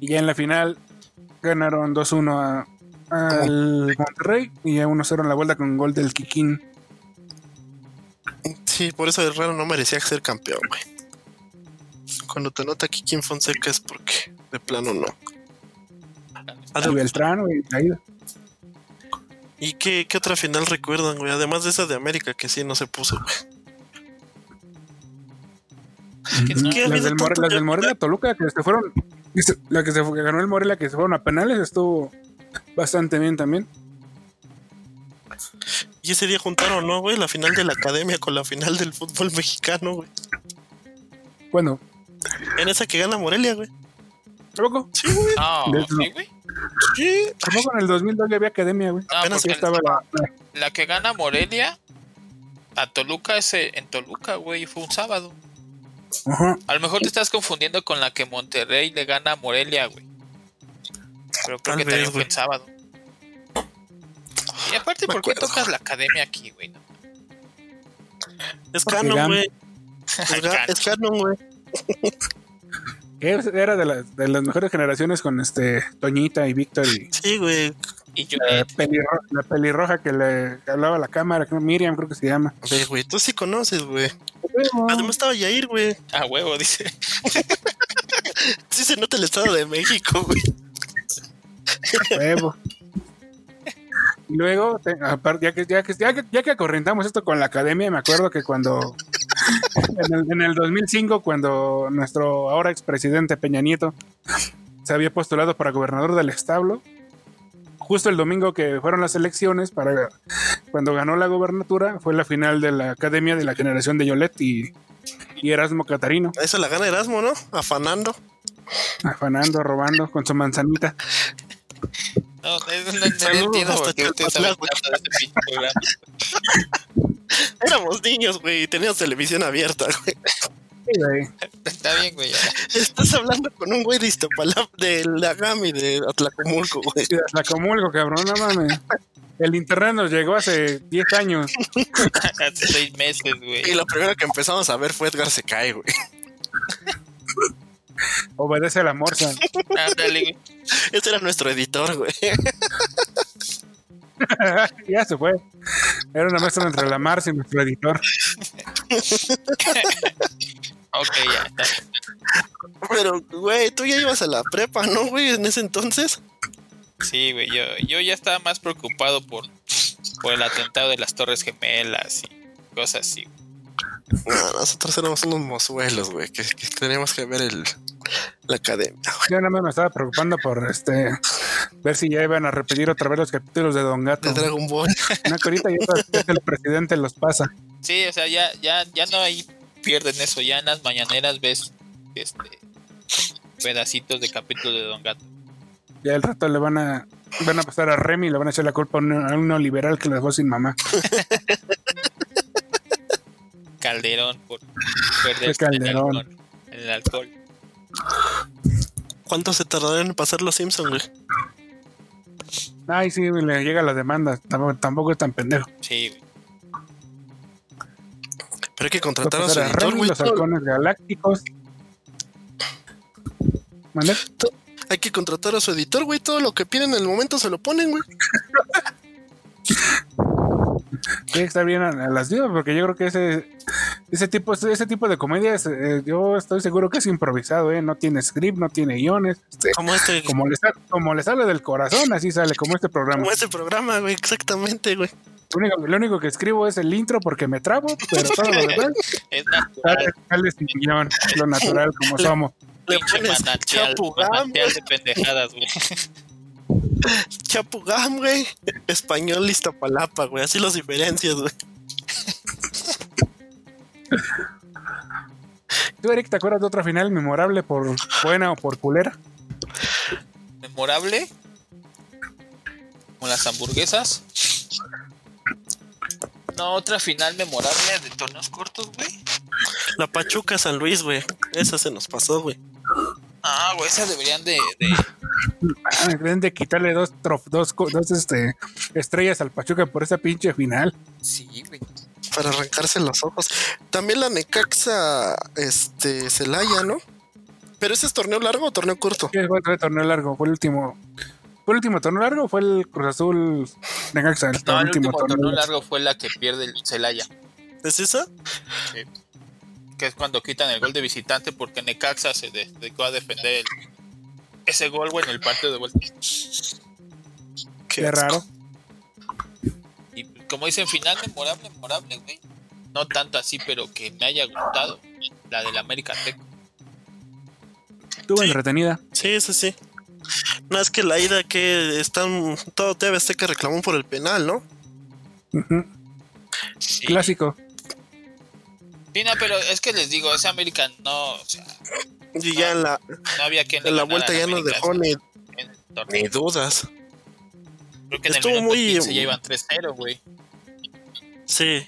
[SPEAKER 2] y ya en la final ganaron 2-1 a- al Monterrey y ya 1-0 en la vuelta con gol del Kikín.
[SPEAKER 3] Sí, por eso Herrera no merecía ser campeón, güey. Cuando te nota aquí Kim Fonseca es porque de plano no.
[SPEAKER 2] Y
[SPEAKER 3] Adem-
[SPEAKER 2] Beltrán, güey, la ida.
[SPEAKER 3] ¿Y qué, qué otra final recuerdan, güey? Además de esa de América que sí no se puso, güey.
[SPEAKER 4] Que no,
[SPEAKER 3] ¿Qué?
[SPEAKER 2] Las
[SPEAKER 3] habido
[SPEAKER 2] del, More-
[SPEAKER 3] tanto
[SPEAKER 2] las
[SPEAKER 3] ya-
[SPEAKER 2] del Morelia Toluca que se fueron. que se- La que se fue- que ganó el Morelia que se fueron a penales estuvo bastante bien también.
[SPEAKER 3] Y ese día juntaron, ¿no, güey? La final de la academia con la final del fútbol mexicano, güey.
[SPEAKER 2] Bueno,
[SPEAKER 3] En esa que gana Morelia, güey.
[SPEAKER 2] ¿Tampoco?
[SPEAKER 3] Sí, güey.
[SPEAKER 4] No,
[SPEAKER 2] De eso no.
[SPEAKER 4] ¿sí, güey?
[SPEAKER 3] Sí.
[SPEAKER 2] Tampoco en el 2002 ya había academia, güey.
[SPEAKER 4] No,
[SPEAKER 3] Apenas
[SPEAKER 2] Sí
[SPEAKER 4] porque
[SPEAKER 2] estaba la- la-
[SPEAKER 4] la que gana Morelia a Toluca es eh, en Toluca, güey, fue un sábado.
[SPEAKER 2] Ajá.
[SPEAKER 4] A lo mejor te estás confundiendo con la que Monterrey le gana a Morelia, güey. Pero creo
[SPEAKER 3] Tal
[SPEAKER 4] que
[SPEAKER 3] vez,
[SPEAKER 4] también fue
[SPEAKER 3] güey.
[SPEAKER 4] el sábado. Y aparte,
[SPEAKER 3] Me
[SPEAKER 4] ¿por qué
[SPEAKER 3] acuerdo.
[SPEAKER 4] tocas la academia aquí, güey? No,
[SPEAKER 3] Es
[SPEAKER 2] Porque
[SPEAKER 3] canon,
[SPEAKER 2] gan-
[SPEAKER 3] güey. Es ga- Es canon, güey.
[SPEAKER 2] Que era de las, de las mejores generaciones con este Toñita y Víctor y
[SPEAKER 3] Sí, güey.
[SPEAKER 4] Y yo,
[SPEAKER 2] la, pelirro- la pelirroja que le que hablaba a la cámara, que- Miriam creo que se llama.
[SPEAKER 3] Ve, güey. Tú sí conoces, güey. Además estaba Yair, güey.
[SPEAKER 4] a huevo, dice.
[SPEAKER 3] Sí se nota el Estado de México, güey.
[SPEAKER 2] Huevo. Y luego, te- aparte, ya que, ya, que, ya, que, ya que acorrentamos esto con la academia, me acuerdo que cuando, en el, en el 2005, cuando nuestro ahora expresidente Peña Nieto se había postulado para gobernador del establo, justo el domingo que fueron las elecciones, para cuando ganó la gobernatura, fue la final de la academia de la generación de Yolet y, y Erasmo Catarino,
[SPEAKER 3] Esa la gana Erasmo, ¿no? Afanando.
[SPEAKER 2] afanando, robando con su manzanita.
[SPEAKER 4] No, no, no, no, no
[SPEAKER 3] Saludos
[SPEAKER 4] entiendo
[SPEAKER 3] hasta
[SPEAKER 4] por qué ustedes
[SPEAKER 3] Tlalpan,
[SPEAKER 4] saben tanto de este pinche programa.
[SPEAKER 3] Éramos niños, güey, y teníamos televisión abierta, güey.
[SPEAKER 2] Sí, güey.
[SPEAKER 4] Está bien, güey. ya.
[SPEAKER 3] Estás hablando con un güey de Iztapalapa, de Lagami, de Atlacomulco, güey.
[SPEAKER 2] Sí, La comulgo, cabrón, no mames. El internet nos llegó hace 10 años.
[SPEAKER 4] Hace seis meses, güey.
[SPEAKER 3] Y lo primero que empezamos a ver fue Edgar se cae, güey.
[SPEAKER 2] Obedece a la morsa.
[SPEAKER 4] Ándale, güey.
[SPEAKER 3] Este era nuestro editor, güey.
[SPEAKER 2] ya se fue. Era una mezcla entre la Marcia y nuestro editor.
[SPEAKER 4] Ok, ya. está bien.
[SPEAKER 3] Pero, güey, tú ya ibas a la prepa, ¿no, güey? En ese entonces.
[SPEAKER 4] Sí, güey. Yo, yo ya estaba más preocupado por, por el atentado de las Torres Gemelas y cosas así.
[SPEAKER 3] No, nosotros éramos unos mozuelos, güey, que, que teníamos que ver el, la academia.
[SPEAKER 2] Yo nada más me estaba preocupando por este ver si ya iban a repetir otra vez los capítulos de Don Gato.
[SPEAKER 3] De Dragon Ball.
[SPEAKER 2] Una corita y otra vez el presidente los pasa.
[SPEAKER 4] Sí, o sea, ya, ya, ya no ahí pierden eso. Ya en las mañaneras ves este pedacitos de capítulo de Don Gato.
[SPEAKER 2] Ya al rato le van a van a pasar a Remy y le van a echar la culpa a un, a un neoliberal que la dejó sin mamá.
[SPEAKER 4] Calderón por perder
[SPEAKER 2] Qué Calderón.
[SPEAKER 4] En el alcohol. En el alcohol.
[SPEAKER 3] ¿Cuánto se tardaron en pasar los Simpsons, güey?
[SPEAKER 2] Ay, sí, le llega la demanda. Tampoco, tampoco es tan pendejo.
[SPEAKER 4] Sí, güey.
[SPEAKER 3] Pero hay que
[SPEAKER 2] Va a
[SPEAKER 3] contratar a su
[SPEAKER 2] pasar a
[SPEAKER 3] editor,
[SPEAKER 2] Remy,
[SPEAKER 3] güey.
[SPEAKER 2] los halcones galácticos. ¿Mande?
[SPEAKER 3] Hay que contratar a su editor, güey. Todo lo que piden en el momento se lo ponen, güey.
[SPEAKER 2] Tiene que estar bien a, a las vidas, porque yo creo que ese, ese tipo, ese tipo de comedias, eh, yo estoy seguro que es improvisado, ¿eh? No tiene script, no tiene guiones. este,
[SPEAKER 3] Como este,
[SPEAKER 2] como, le sa- como le sale del corazón, así sale, como este programa.
[SPEAKER 3] como este programa, güey. Exactamente, güey.
[SPEAKER 2] Lo único, lo único que escribo es el intro porque me trabo, pero todo lo demás sale,
[SPEAKER 4] Es natural.
[SPEAKER 2] sale sin guión, lo natural como somos.
[SPEAKER 3] Le
[SPEAKER 4] Pinche
[SPEAKER 3] pones
[SPEAKER 4] manantial,
[SPEAKER 3] Chapo Gam,
[SPEAKER 4] manantial de pendejadas, güey.
[SPEAKER 3] Chapugam, güey. Español Iztapalapa, güey. Así las diferencias, güey.
[SPEAKER 2] ¿Tú, Eric, te acuerdas de otra final memorable por buena o por culera?
[SPEAKER 4] memorable como las hamburguesas no otra final memorable de torneos cortos güey
[SPEAKER 3] La Pachuca San Luis, güey. Esa se nos pasó, güey.
[SPEAKER 4] ah güey esas deberían de, de-
[SPEAKER 2] Ah, Deben de quitarle dos, trof- dos, co- dos este, estrellas al Pachuca por esa pinche final.
[SPEAKER 4] sí güey
[SPEAKER 3] Para arrancarse los ojos. También la Necaxa, este, Celaya, ¿no? Pero ese es torneo largo o torneo corto.
[SPEAKER 2] ¿Qué fue el torneo largo? Fue el último. ¿Fue el último torneo largo o fue el Cruz Azul Necaxa? El,
[SPEAKER 4] no el
[SPEAKER 2] último, torneo, largo.
[SPEAKER 4] largo fue la que pierde el Celaya
[SPEAKER 3] ¿Es esa?
[SPEAKER 4] que es cuando quitan el gol de visitante porque Necaxa se de- dedicó a defender el- ese gol güey en el partido de vuelta
[SPEAKER 2] Qué raro.
[SPEAKER 4] y como dicen final memorable memorable güey no tanto así pero que me haya gustado la del América Tec
[SPEAKER 2] Estuvo entretenida.
[SPEAKER 3] Sí, sí, sí. No es que la ida que están. Todo TV que reclamó por el penal, ¿no?
[SPEAKER 2] Ujú.
[SPEAKER 4] Sí.
[SPEAKER 2] Clásico.
[SPEAKER 4] Sí, no, pero es que les digo, ese América no, o sea,
[SPEAKER 3] Y ya en la,
[SPEAKER 4] No había quien le
[SPEAKER 3] en la
[SPEAKER 4] ganara
[SPEAKER 3] vuelta
[SPEAKER 4] al
[SPEAKER 3] ya no
[SPEAKER 4] América
[SPEAKER 3] dejó ni,
[SPEAKER 4] en el torneo.
[SPEAKER 3] ni dudas.
[SPEAKER 4] Creo que en el
[SPEAKER 3] estuvo
[SPEAKER 4] minuto
[SPEAKER 3] muy- eh,
[SPEAKER 4] 15 ya iban 3-0, güey.
[SPEAKER 3] Sí.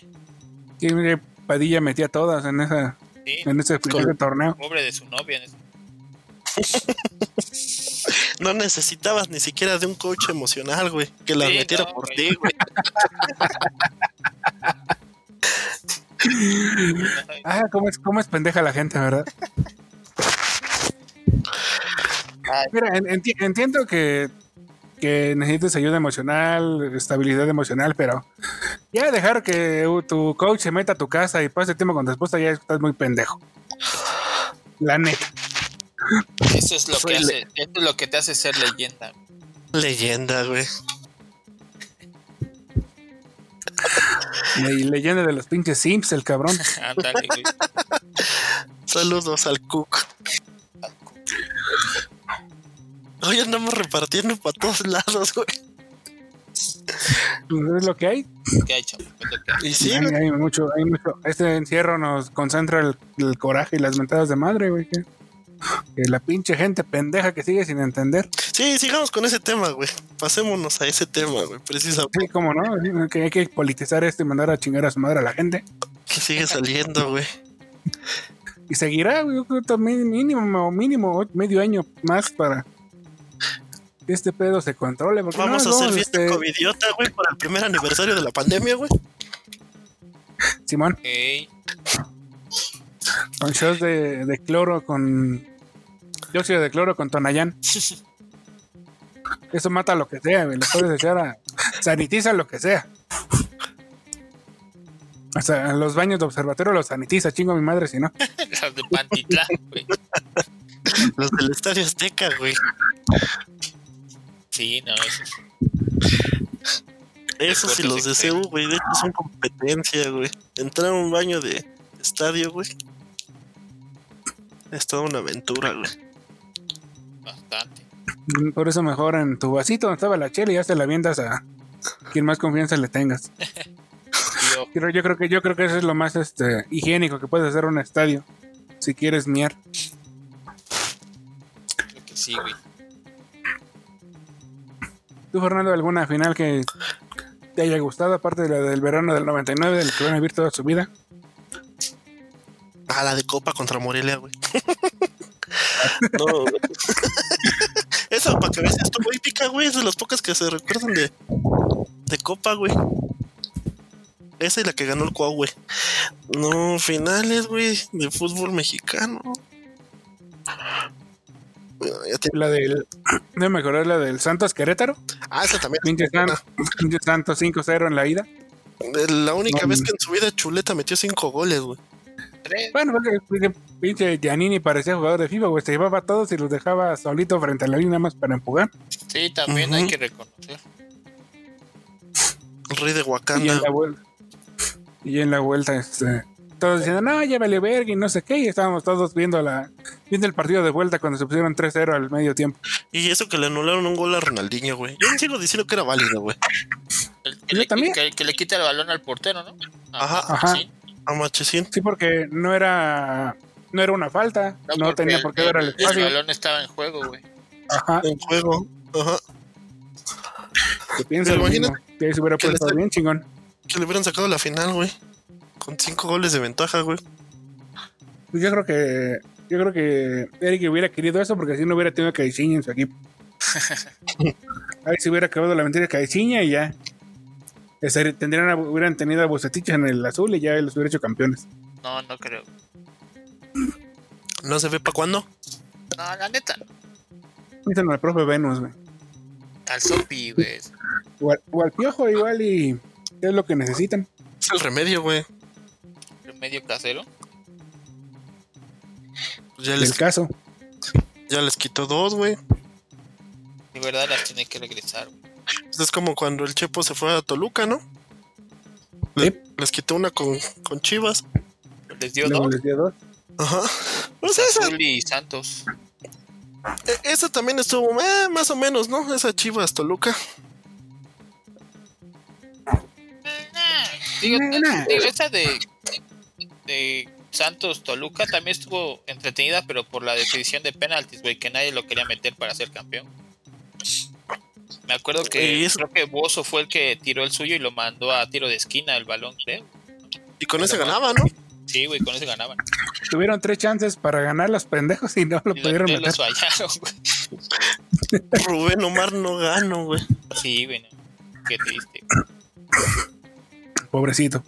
[SPEAKER 2] Sí, mire, Padilla metía todas en esa
[SPEAKER 4] Sí,
[SPEAKER 2] en ese primer
[SPEAKER 3] Con-
[SPEAKER 2] torneo.
[SPEAKER 4] pobre de su novia. en ese-
[SPEAKER 3] No necesitabas ni siquiera de un coach emocional, güey. Que la
[SPEAKER 4] Sí,
[SPEAKER 3] metiera
[SPEAKER 4] no,
[SPEAKER 3] por
[SPEAKER 4] güey.
[SPEAKER 3] ti, güey.
[SPEAKER 2] Ah, cómo es, cómo es pendeja la gente, ¿verdad? Mira, en- enti- entiendo que, que necesites ayuda emocional, estabilidad emocional, pero ya dejar que u- tu coach se meta a tu casa y pase tiempo con tu esposa, ya estás muy pendejo. La neta.
[SPEAKER 4] Eso es lo
[SPEAKER 3] Soy
[SPEAKER 4] que hace, eso es lo que te hace ser leyenda.
[SPEAKER 3] Leyenda, güey.
[SPEAKER 2] Y leyenda de los pinches Sims, el cabrón.
[SPEAKER 4] Ándale, güey.
[SPEAKER 3] Saludos al Cook. Hoy andamos repartiendo para todos lados, güey.
[SPEAKER 2] Pues Es lo que hay.
[SPEAKER 4] ¿Qué ha hecho? Es lo que ha hecho.
[SPEAKER 3] Y sí,
[SPEAKER 2] hay,
[SPEAKER 3] güey.
[SPEAKER 2] hay mucho, hay mucho. Este encierro nos concentra el, el coraje y las mentadas de madre, güey. Que, que la pinche gente pendeja que sigue sin entender.
[SPEAKER 3] sí, sigamos con ese tema, güey. Pasémonos a ese tema, güey. Precisamente
[SPEAKER 2] Sí, cómo no. Sí, Que hay que politizar esto y mandar a chingar a su madre a la gente.
[SPEAKER 3] que sigue saliendo, güey.
[SPEAKER 2] Y seguirá, güey, yo creo que también mínimo, mínimo o- medio año más para que este pedo se controle. Porque no,
[SPEAKER 3] Vamos a
[SPEAKER 2] no,
[SPEAKER 3] hacer fiesta
[SPEAKER 2] este,
[SPEAKER 3] covidiota, güey, para el primer aniversario de la pandemia, güey.
[SPEAKER 2] Simón,
[SPEAKER 4] Ey,
[SPEAKER 2] con shows de, de cloro con. Dióxido de cloro con Tonayán. Eso mata lo que sea, güey. Le puedes echar a. Sanitiza lo que sea. O sea, los baños de observatorio los sanitiza, chingo a mi madre, si no.
[SPEAKER 4] Las de Pantitlán, güey.
[SPEAKER 3] Los del Estadio Azteca, güey.
[SPEAKER 4] Sí, no, eso es-
[SPEAKER 3] Esos y los de CU, güey. De hecho, son competencia, güey. Entrar a un baño de estadio, güey. Es toda una aventura, güey.
[SPEAKER 4] bastante.
[SPEAKER 2] Mm, Por eso mejor en tu vasito donde estaba la chela y ya se la viendas a quien más confianza le tengas.
[SPEAKER 4] Tío,
[SPEAKER 2] Pero yo creo que yo creo que eso es lo más este higiénico que puedes hacer en un estadio. Si quieres miar.
[SPEAKER 4] creo que sí, güey.
[SPEAKER 2] ¿Tú, Fernando, alguna final que te haya gustado, aparte de la del verano del 99, del que van a vivir toda su vida?
[SPEAKER 3] Ah, la de Copa contra Morelia, güey. no, güey. Esa, para que veas, estuvo épica, güey. Es de las pocas que se recuerdan de, de Copa, güey. Esa y la que ganó el Cuau, güey. No, finales, güey, de fútbol mexicano. Bueno, ya te-
[SPEAKER 2] La del. No me acuerdo, la del Santos Querétaro.
[SPEAKER 3] Ah, esa también.
[SPEAKER 2] Pinche San- pinche Santos 5-0 en la ida.
[SPEAKER 3] De La única
[SPEAKER 2] No,
[SPEAKER 3] vez
[SPEAKER 2] no.
[SPEAKER 3] que en su vida Chuleta metió cinco goles, güey.
[SPEAKER 4] Tres,
[SPEAKER 2] Bueno, porque pinche- pinche Giannini parecía jugador de FIFA, güey. Se llevaba a todos y los dejaba solito frente a la línea más para empujar.
[SPEAKER 4] sí, también hay
[SPEAKER 3] Ujú.
[SPEAKER 4] que reconocer.
[SPEAKER 3] El rey de
[SPEAKER 2] Y en
[SPEAKER 3] Wakanda.
[SPEAKER 2] la vuelta. Y en la vuelta, este. Todos diciendo, no, ya vale verga y no sé qué. Y estábamos todos viendo la viendo el partido de vuelta cuando se pusieron 3-0 al medio tiempo.
[SPEAKER 3] Y eso que le anularon un gol a Ronaldinho, güey. Yo sigo diciendo que era válido, güey.
[SPEAKER 4] El que,
[SPEAKER 2] Yo
[SPEAKER 4] le,
[SPEAKER 2] también.
[SPEAKER 4] que- que le quita el balón al portero, ¿no?
[SPEAKER 3] Ajá.
[SPEAKER 2] Ajá.
[SPEAKER 4] Sí.
[SPEAKER 3] A Machecín.
[SPEAKER 2] Sí, porque no era no era una falta. No,
[SPEAKER 4] porque
[SPEAKER 2] tenía
[SPEAKER 4] el-
[SPEAKER 2] por qué ver al
[SPEAKER 4] el- El
[SPEAKER 2] espacio.
[SPEAKER 4] balón estaba en juego, güey.
[SPEAKER 2] Ajá,
[SPEAKER 3] en juego. Ajá.
[SPEAKER 2] que piensa
[SPEAKER 3] Pero
[SPEAKER 2] lo
[SPEAKER 3] imagínate
[SPEAKER 2] mismo. Que ahí se hubiera
[SPEAKER 3] que le
[SPEAKER 2] puesto
[SPEAKER 3] está-
[SPEAKER 2] bien chingón.
[SPEAKER 3] Que le hubieran sacado la final, güey. Con cinco goles de ventaja, güey.
[SPEAKER 2] Pues yo creo que yo creo que Eric hubiera querido eso porque si no hubiera tenido a Caixinha en su equipo. Ahí se hubiera acabado la mentira de Caixinha y ya. Estaría- Tendrían, a- hubieran tenido a Bucetich en el azul y ya los hubiera hecho campeones.
[SPEAKER 4] No, no creo.
[SPEAKER 3] No se ve para cuándo.
[SPEAKER 4] No, la neta.
[SPEAKER 2] Dicen al profe Venus, güey.
[SPEAKER 4] Al Sopi, güey.
[SPEAKER 2] O al, o al piojo igual y es lo que necesitan.
[SPEAKER 3] Es el remedio, güey.
[SPEAKER 4] Remedio casero.
[SPEAKER 3] Ya
[SPEAKER 2] El
[SPEAKER 3] les,
[SPEAKER 2] caso.
[SPEAKER 3] ya les quitó dos, güey.
[SPEAKER 4] De verdad las tiene que regresar, güey.
[SPEAKER 3] Pues Es como cuando el Chepo se fue a Toluca, ¿no? Le- les quitó una con, con Chivas.
[SPEAKER 4] Les dio
[SPEAKER 2] Luego
[SPEAKER 4] dos.
[SPEAKER 2] les dio dos.
[SPEAKER 3] Ajá. Pues esa,
[SPEAKER 4] Azul y Santos.
[SPEAKER 3] e- esa también estuvo eh, más o menos, ¿no? Esa Chivas Toluca.
[SPEAKER 4] Digo,
[SPEAKER 2] Nah, nah.
[SPEAKER 4] digo, esa de, de Santos Toluca también estuvo entretenida, pero por la definición de penaltis, güey, que nadie lo quería meter para ser campeón. Me acuerdo
[SPEAKER 2] Eh,
[SPEAKER 4] que creo que Bozo fue el que tiró el suyo y lo mandó a tiro de esquina el balón, creo.
[SPEAKER 3] Y con ese ganaba, ¿no?
[SPEAKER 4] Sí, güey, con ese ganaban.
[SPEAKER 2] Tuvieron tres chances para ganar los pendejos y no lo
[SPEAKER 4] Y los-
[SPEAKER 2] pudieron
[SPEAKER 4] y
[SPEAKER 2] meter.
[SPEAKER 4] los fallaron, güey.
[SPEAKER 3] Rubén Omar no gano, güey.
[SPEAKER 4] Sí, güey. no. Qué triste. güey.
[SPEAKER 2] Pobrecito.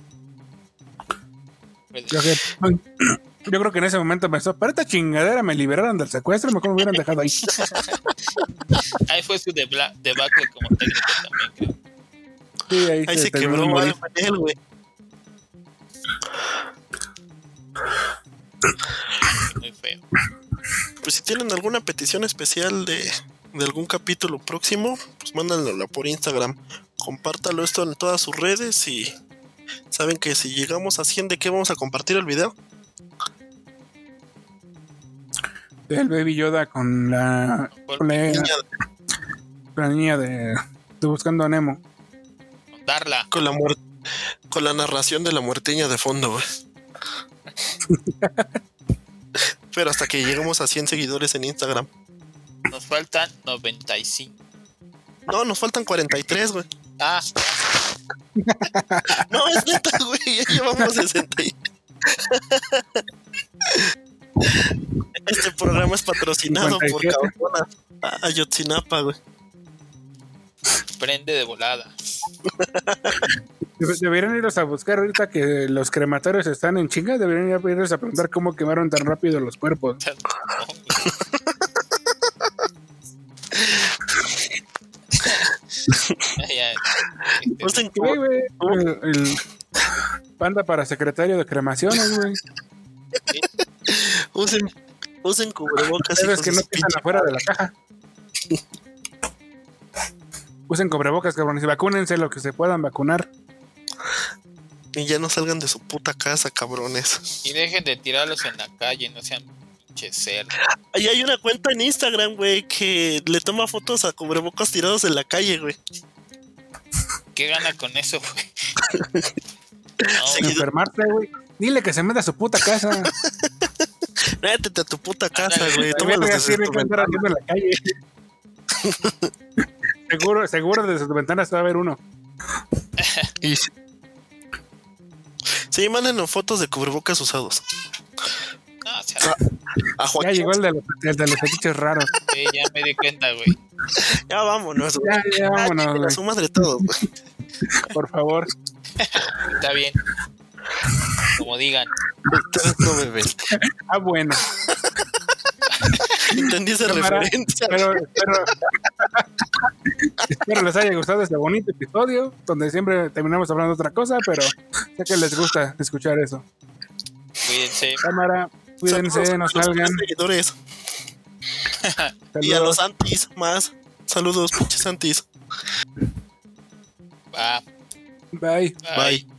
[SPEAKER 4] Pues,
[SPEAKER 2] Yo, que- yo creo que en ese momento pensó, para esta chingadera me liberaron del secuestro, mejor me hubieran dejado ahí.
[SPEAKER 4] Ahí fue su debla- debacle como técnico también, creo.
[SPEAKER 2] Sí, ahí,
[SPEAKER 3] Ahí
[SPEAKER 2] se
[SPEAKER 3] se
[SPEAKER 2] terminó de
[SPEAKER 3] quebró
[SPEAKER 2] morir.
[SPEAKER 3] algo en él, güey.
[SPEAKER 4] Muy feo.
[SPEAKER 3] Pues si tienen alguna petición especial de, de algún capítulo próximo, pues mándanosla por Instagram. Compártalo esto en todas sus redes y saben que si llegamos a 100 de qué vamos a compartir el video.
[SPEAKER 2] El baby Yoda con la, con la,
[SPEAKER 3] Niña,
[SPEAKER 2] la niña de, de Buscando a Nemo.
[SPEAKER 4] Darla.
[SPEAKER 3] Con la muer- con la narración de la muerteña de fondo, güey. Pero hasta que lleguemos a 100 seguidores en Instagram.
[SPEAKER 4] Nos faltan 95.
[SPEAKER 3] No, nos faltan 43, güey.
[SPEAKER 4] Ah,
[SPEAKER 3] No, es neta, güey. Ya llevamos 60. y- Este programa es patrocinado por
[SPEAKER 2] 57.
[SPEAKER 3] Cabrona Ayotzinapa, güey.
[SPEAKER 4] prende de volada.
[SPEAKER 2] Debe- Deberían irlos a buscar ahorita que los crematorios están en chinga. Deberían ir a- irlos a preguntar cómo quemaron tan rápido los cuerpos.
[SPEAKER 4] Tan mamón, güey. Ya, ya, este,
[SPEAKER 3] Usen
[SPEAKER 2] Sí,
[SPEAKER 3] como-
[SPEAKER 2] güey. El, el panda para secretario de cremaciones, güey.
[SPEAKER 3] usen, usen cubrebocas.
[SPEAKER 2] Sabes
[SPEAKER 3] hijos
[SPEAKER 2] que
[SPEAKER 3] de
[SPEAKER 2] no
[SPEAKER 3] su
[SPEAKER 2] piensan
[SPEAKER 3] pinche-
[SPEAKER 2] afuera de la caja. Usen cobrebocas, cabrones, y vacúnense lo que se puedan vacunar.
[SPEAKER 3] Y ya no salgan de su puta casa, cabrones.
[SPEAKER 4] Y dejen de tirarlos en la calle, no sean pinche cerdos.
[SPEAKER 3] Ahí hay una cuenta en Instagram, güey, que le toma fotos a cubrebocas tirados en la calle, güey.
[SPEAKER 4] ¿Qué gana con eso, güey? No,
[SPEAKER 3] Sí,
[SPEAKER 4] güey,
[SPEAKER 2] Enfermarse, güey. Dile que se meta a su puta casa.
[SPEAKER 3] Métete a tu puta casa, güey.
[SPEAKER 2] También
[SPEAKER 3] Tómalos
[SPEAKER 2] así
[SPEAKER 3] desde
[SPEAKER 2] tiene
[SPEAKER 3] tu
[SPEAKER 2] que andar
[SPEAKER 3] ventana.
[SPEAKER 2] haciendo en la calle. seguro, seguro desde sus ventanas va a haber uno.
[SPEAKER 3] Sí, mándenos fotos de cubrebocas usados.
[SPEAKER 4] no, o sea,
[SPEAKER 3] A
[SPEAKER 2] Ya
[SPEAKER 3] Joaquín.
[SPEAKER 2] llegó el de los, el de los fetiches raros.
[SPEAKER 4] güey, ya me di cuenta, güey.
[SPEAKER 3] Ya vámonos, güey.
[SPEAKER 2] Ya, ya,
[SPEAKER 3] Ah,
[SPEAKER 2] vámonos,
[SPEAKER 3] chinguen a
[SPEAKER 2] güey,
[SPEAKER 3] su madre todos, güey.
[SPEAKER 2] por favor.
[SPEAKER 4] Está bien. Como digan.
[SPEAKER 3] Ustedes no me ven.
[SPEAKER 2] Ah, bueno.
[SPEAKER 3] Entendí esa
[SPEAKER 2] Cámara.
[SPEAKER 3] referencia.
[SPEAKER 2] Pero, espero, espero les haya gustado este bonito episodio, donde siempre terminamos hablando otra cosa, pero sé que les gusta escuchar eso.
[SPEAKER 4] Cuídense.
[SPEAKER 2] Cámara,
[SPEAKER 3] Saludos
[SPEAKER 2] cuídense,
[SPEAKER 3] a
[SPEAKER 2] no
[SPEAKER 3] los
[SPEAKER 2] salgan.
[SPEAKER 3] seguidores y a los
[SPEAKER 2] Saludos.
[SPEAKER 3] antis más. Saludos, pinches antis.
[SPEAKER 4] Va,
[SPEAKER 2] Bye.
[SPEAKER 3] Bye.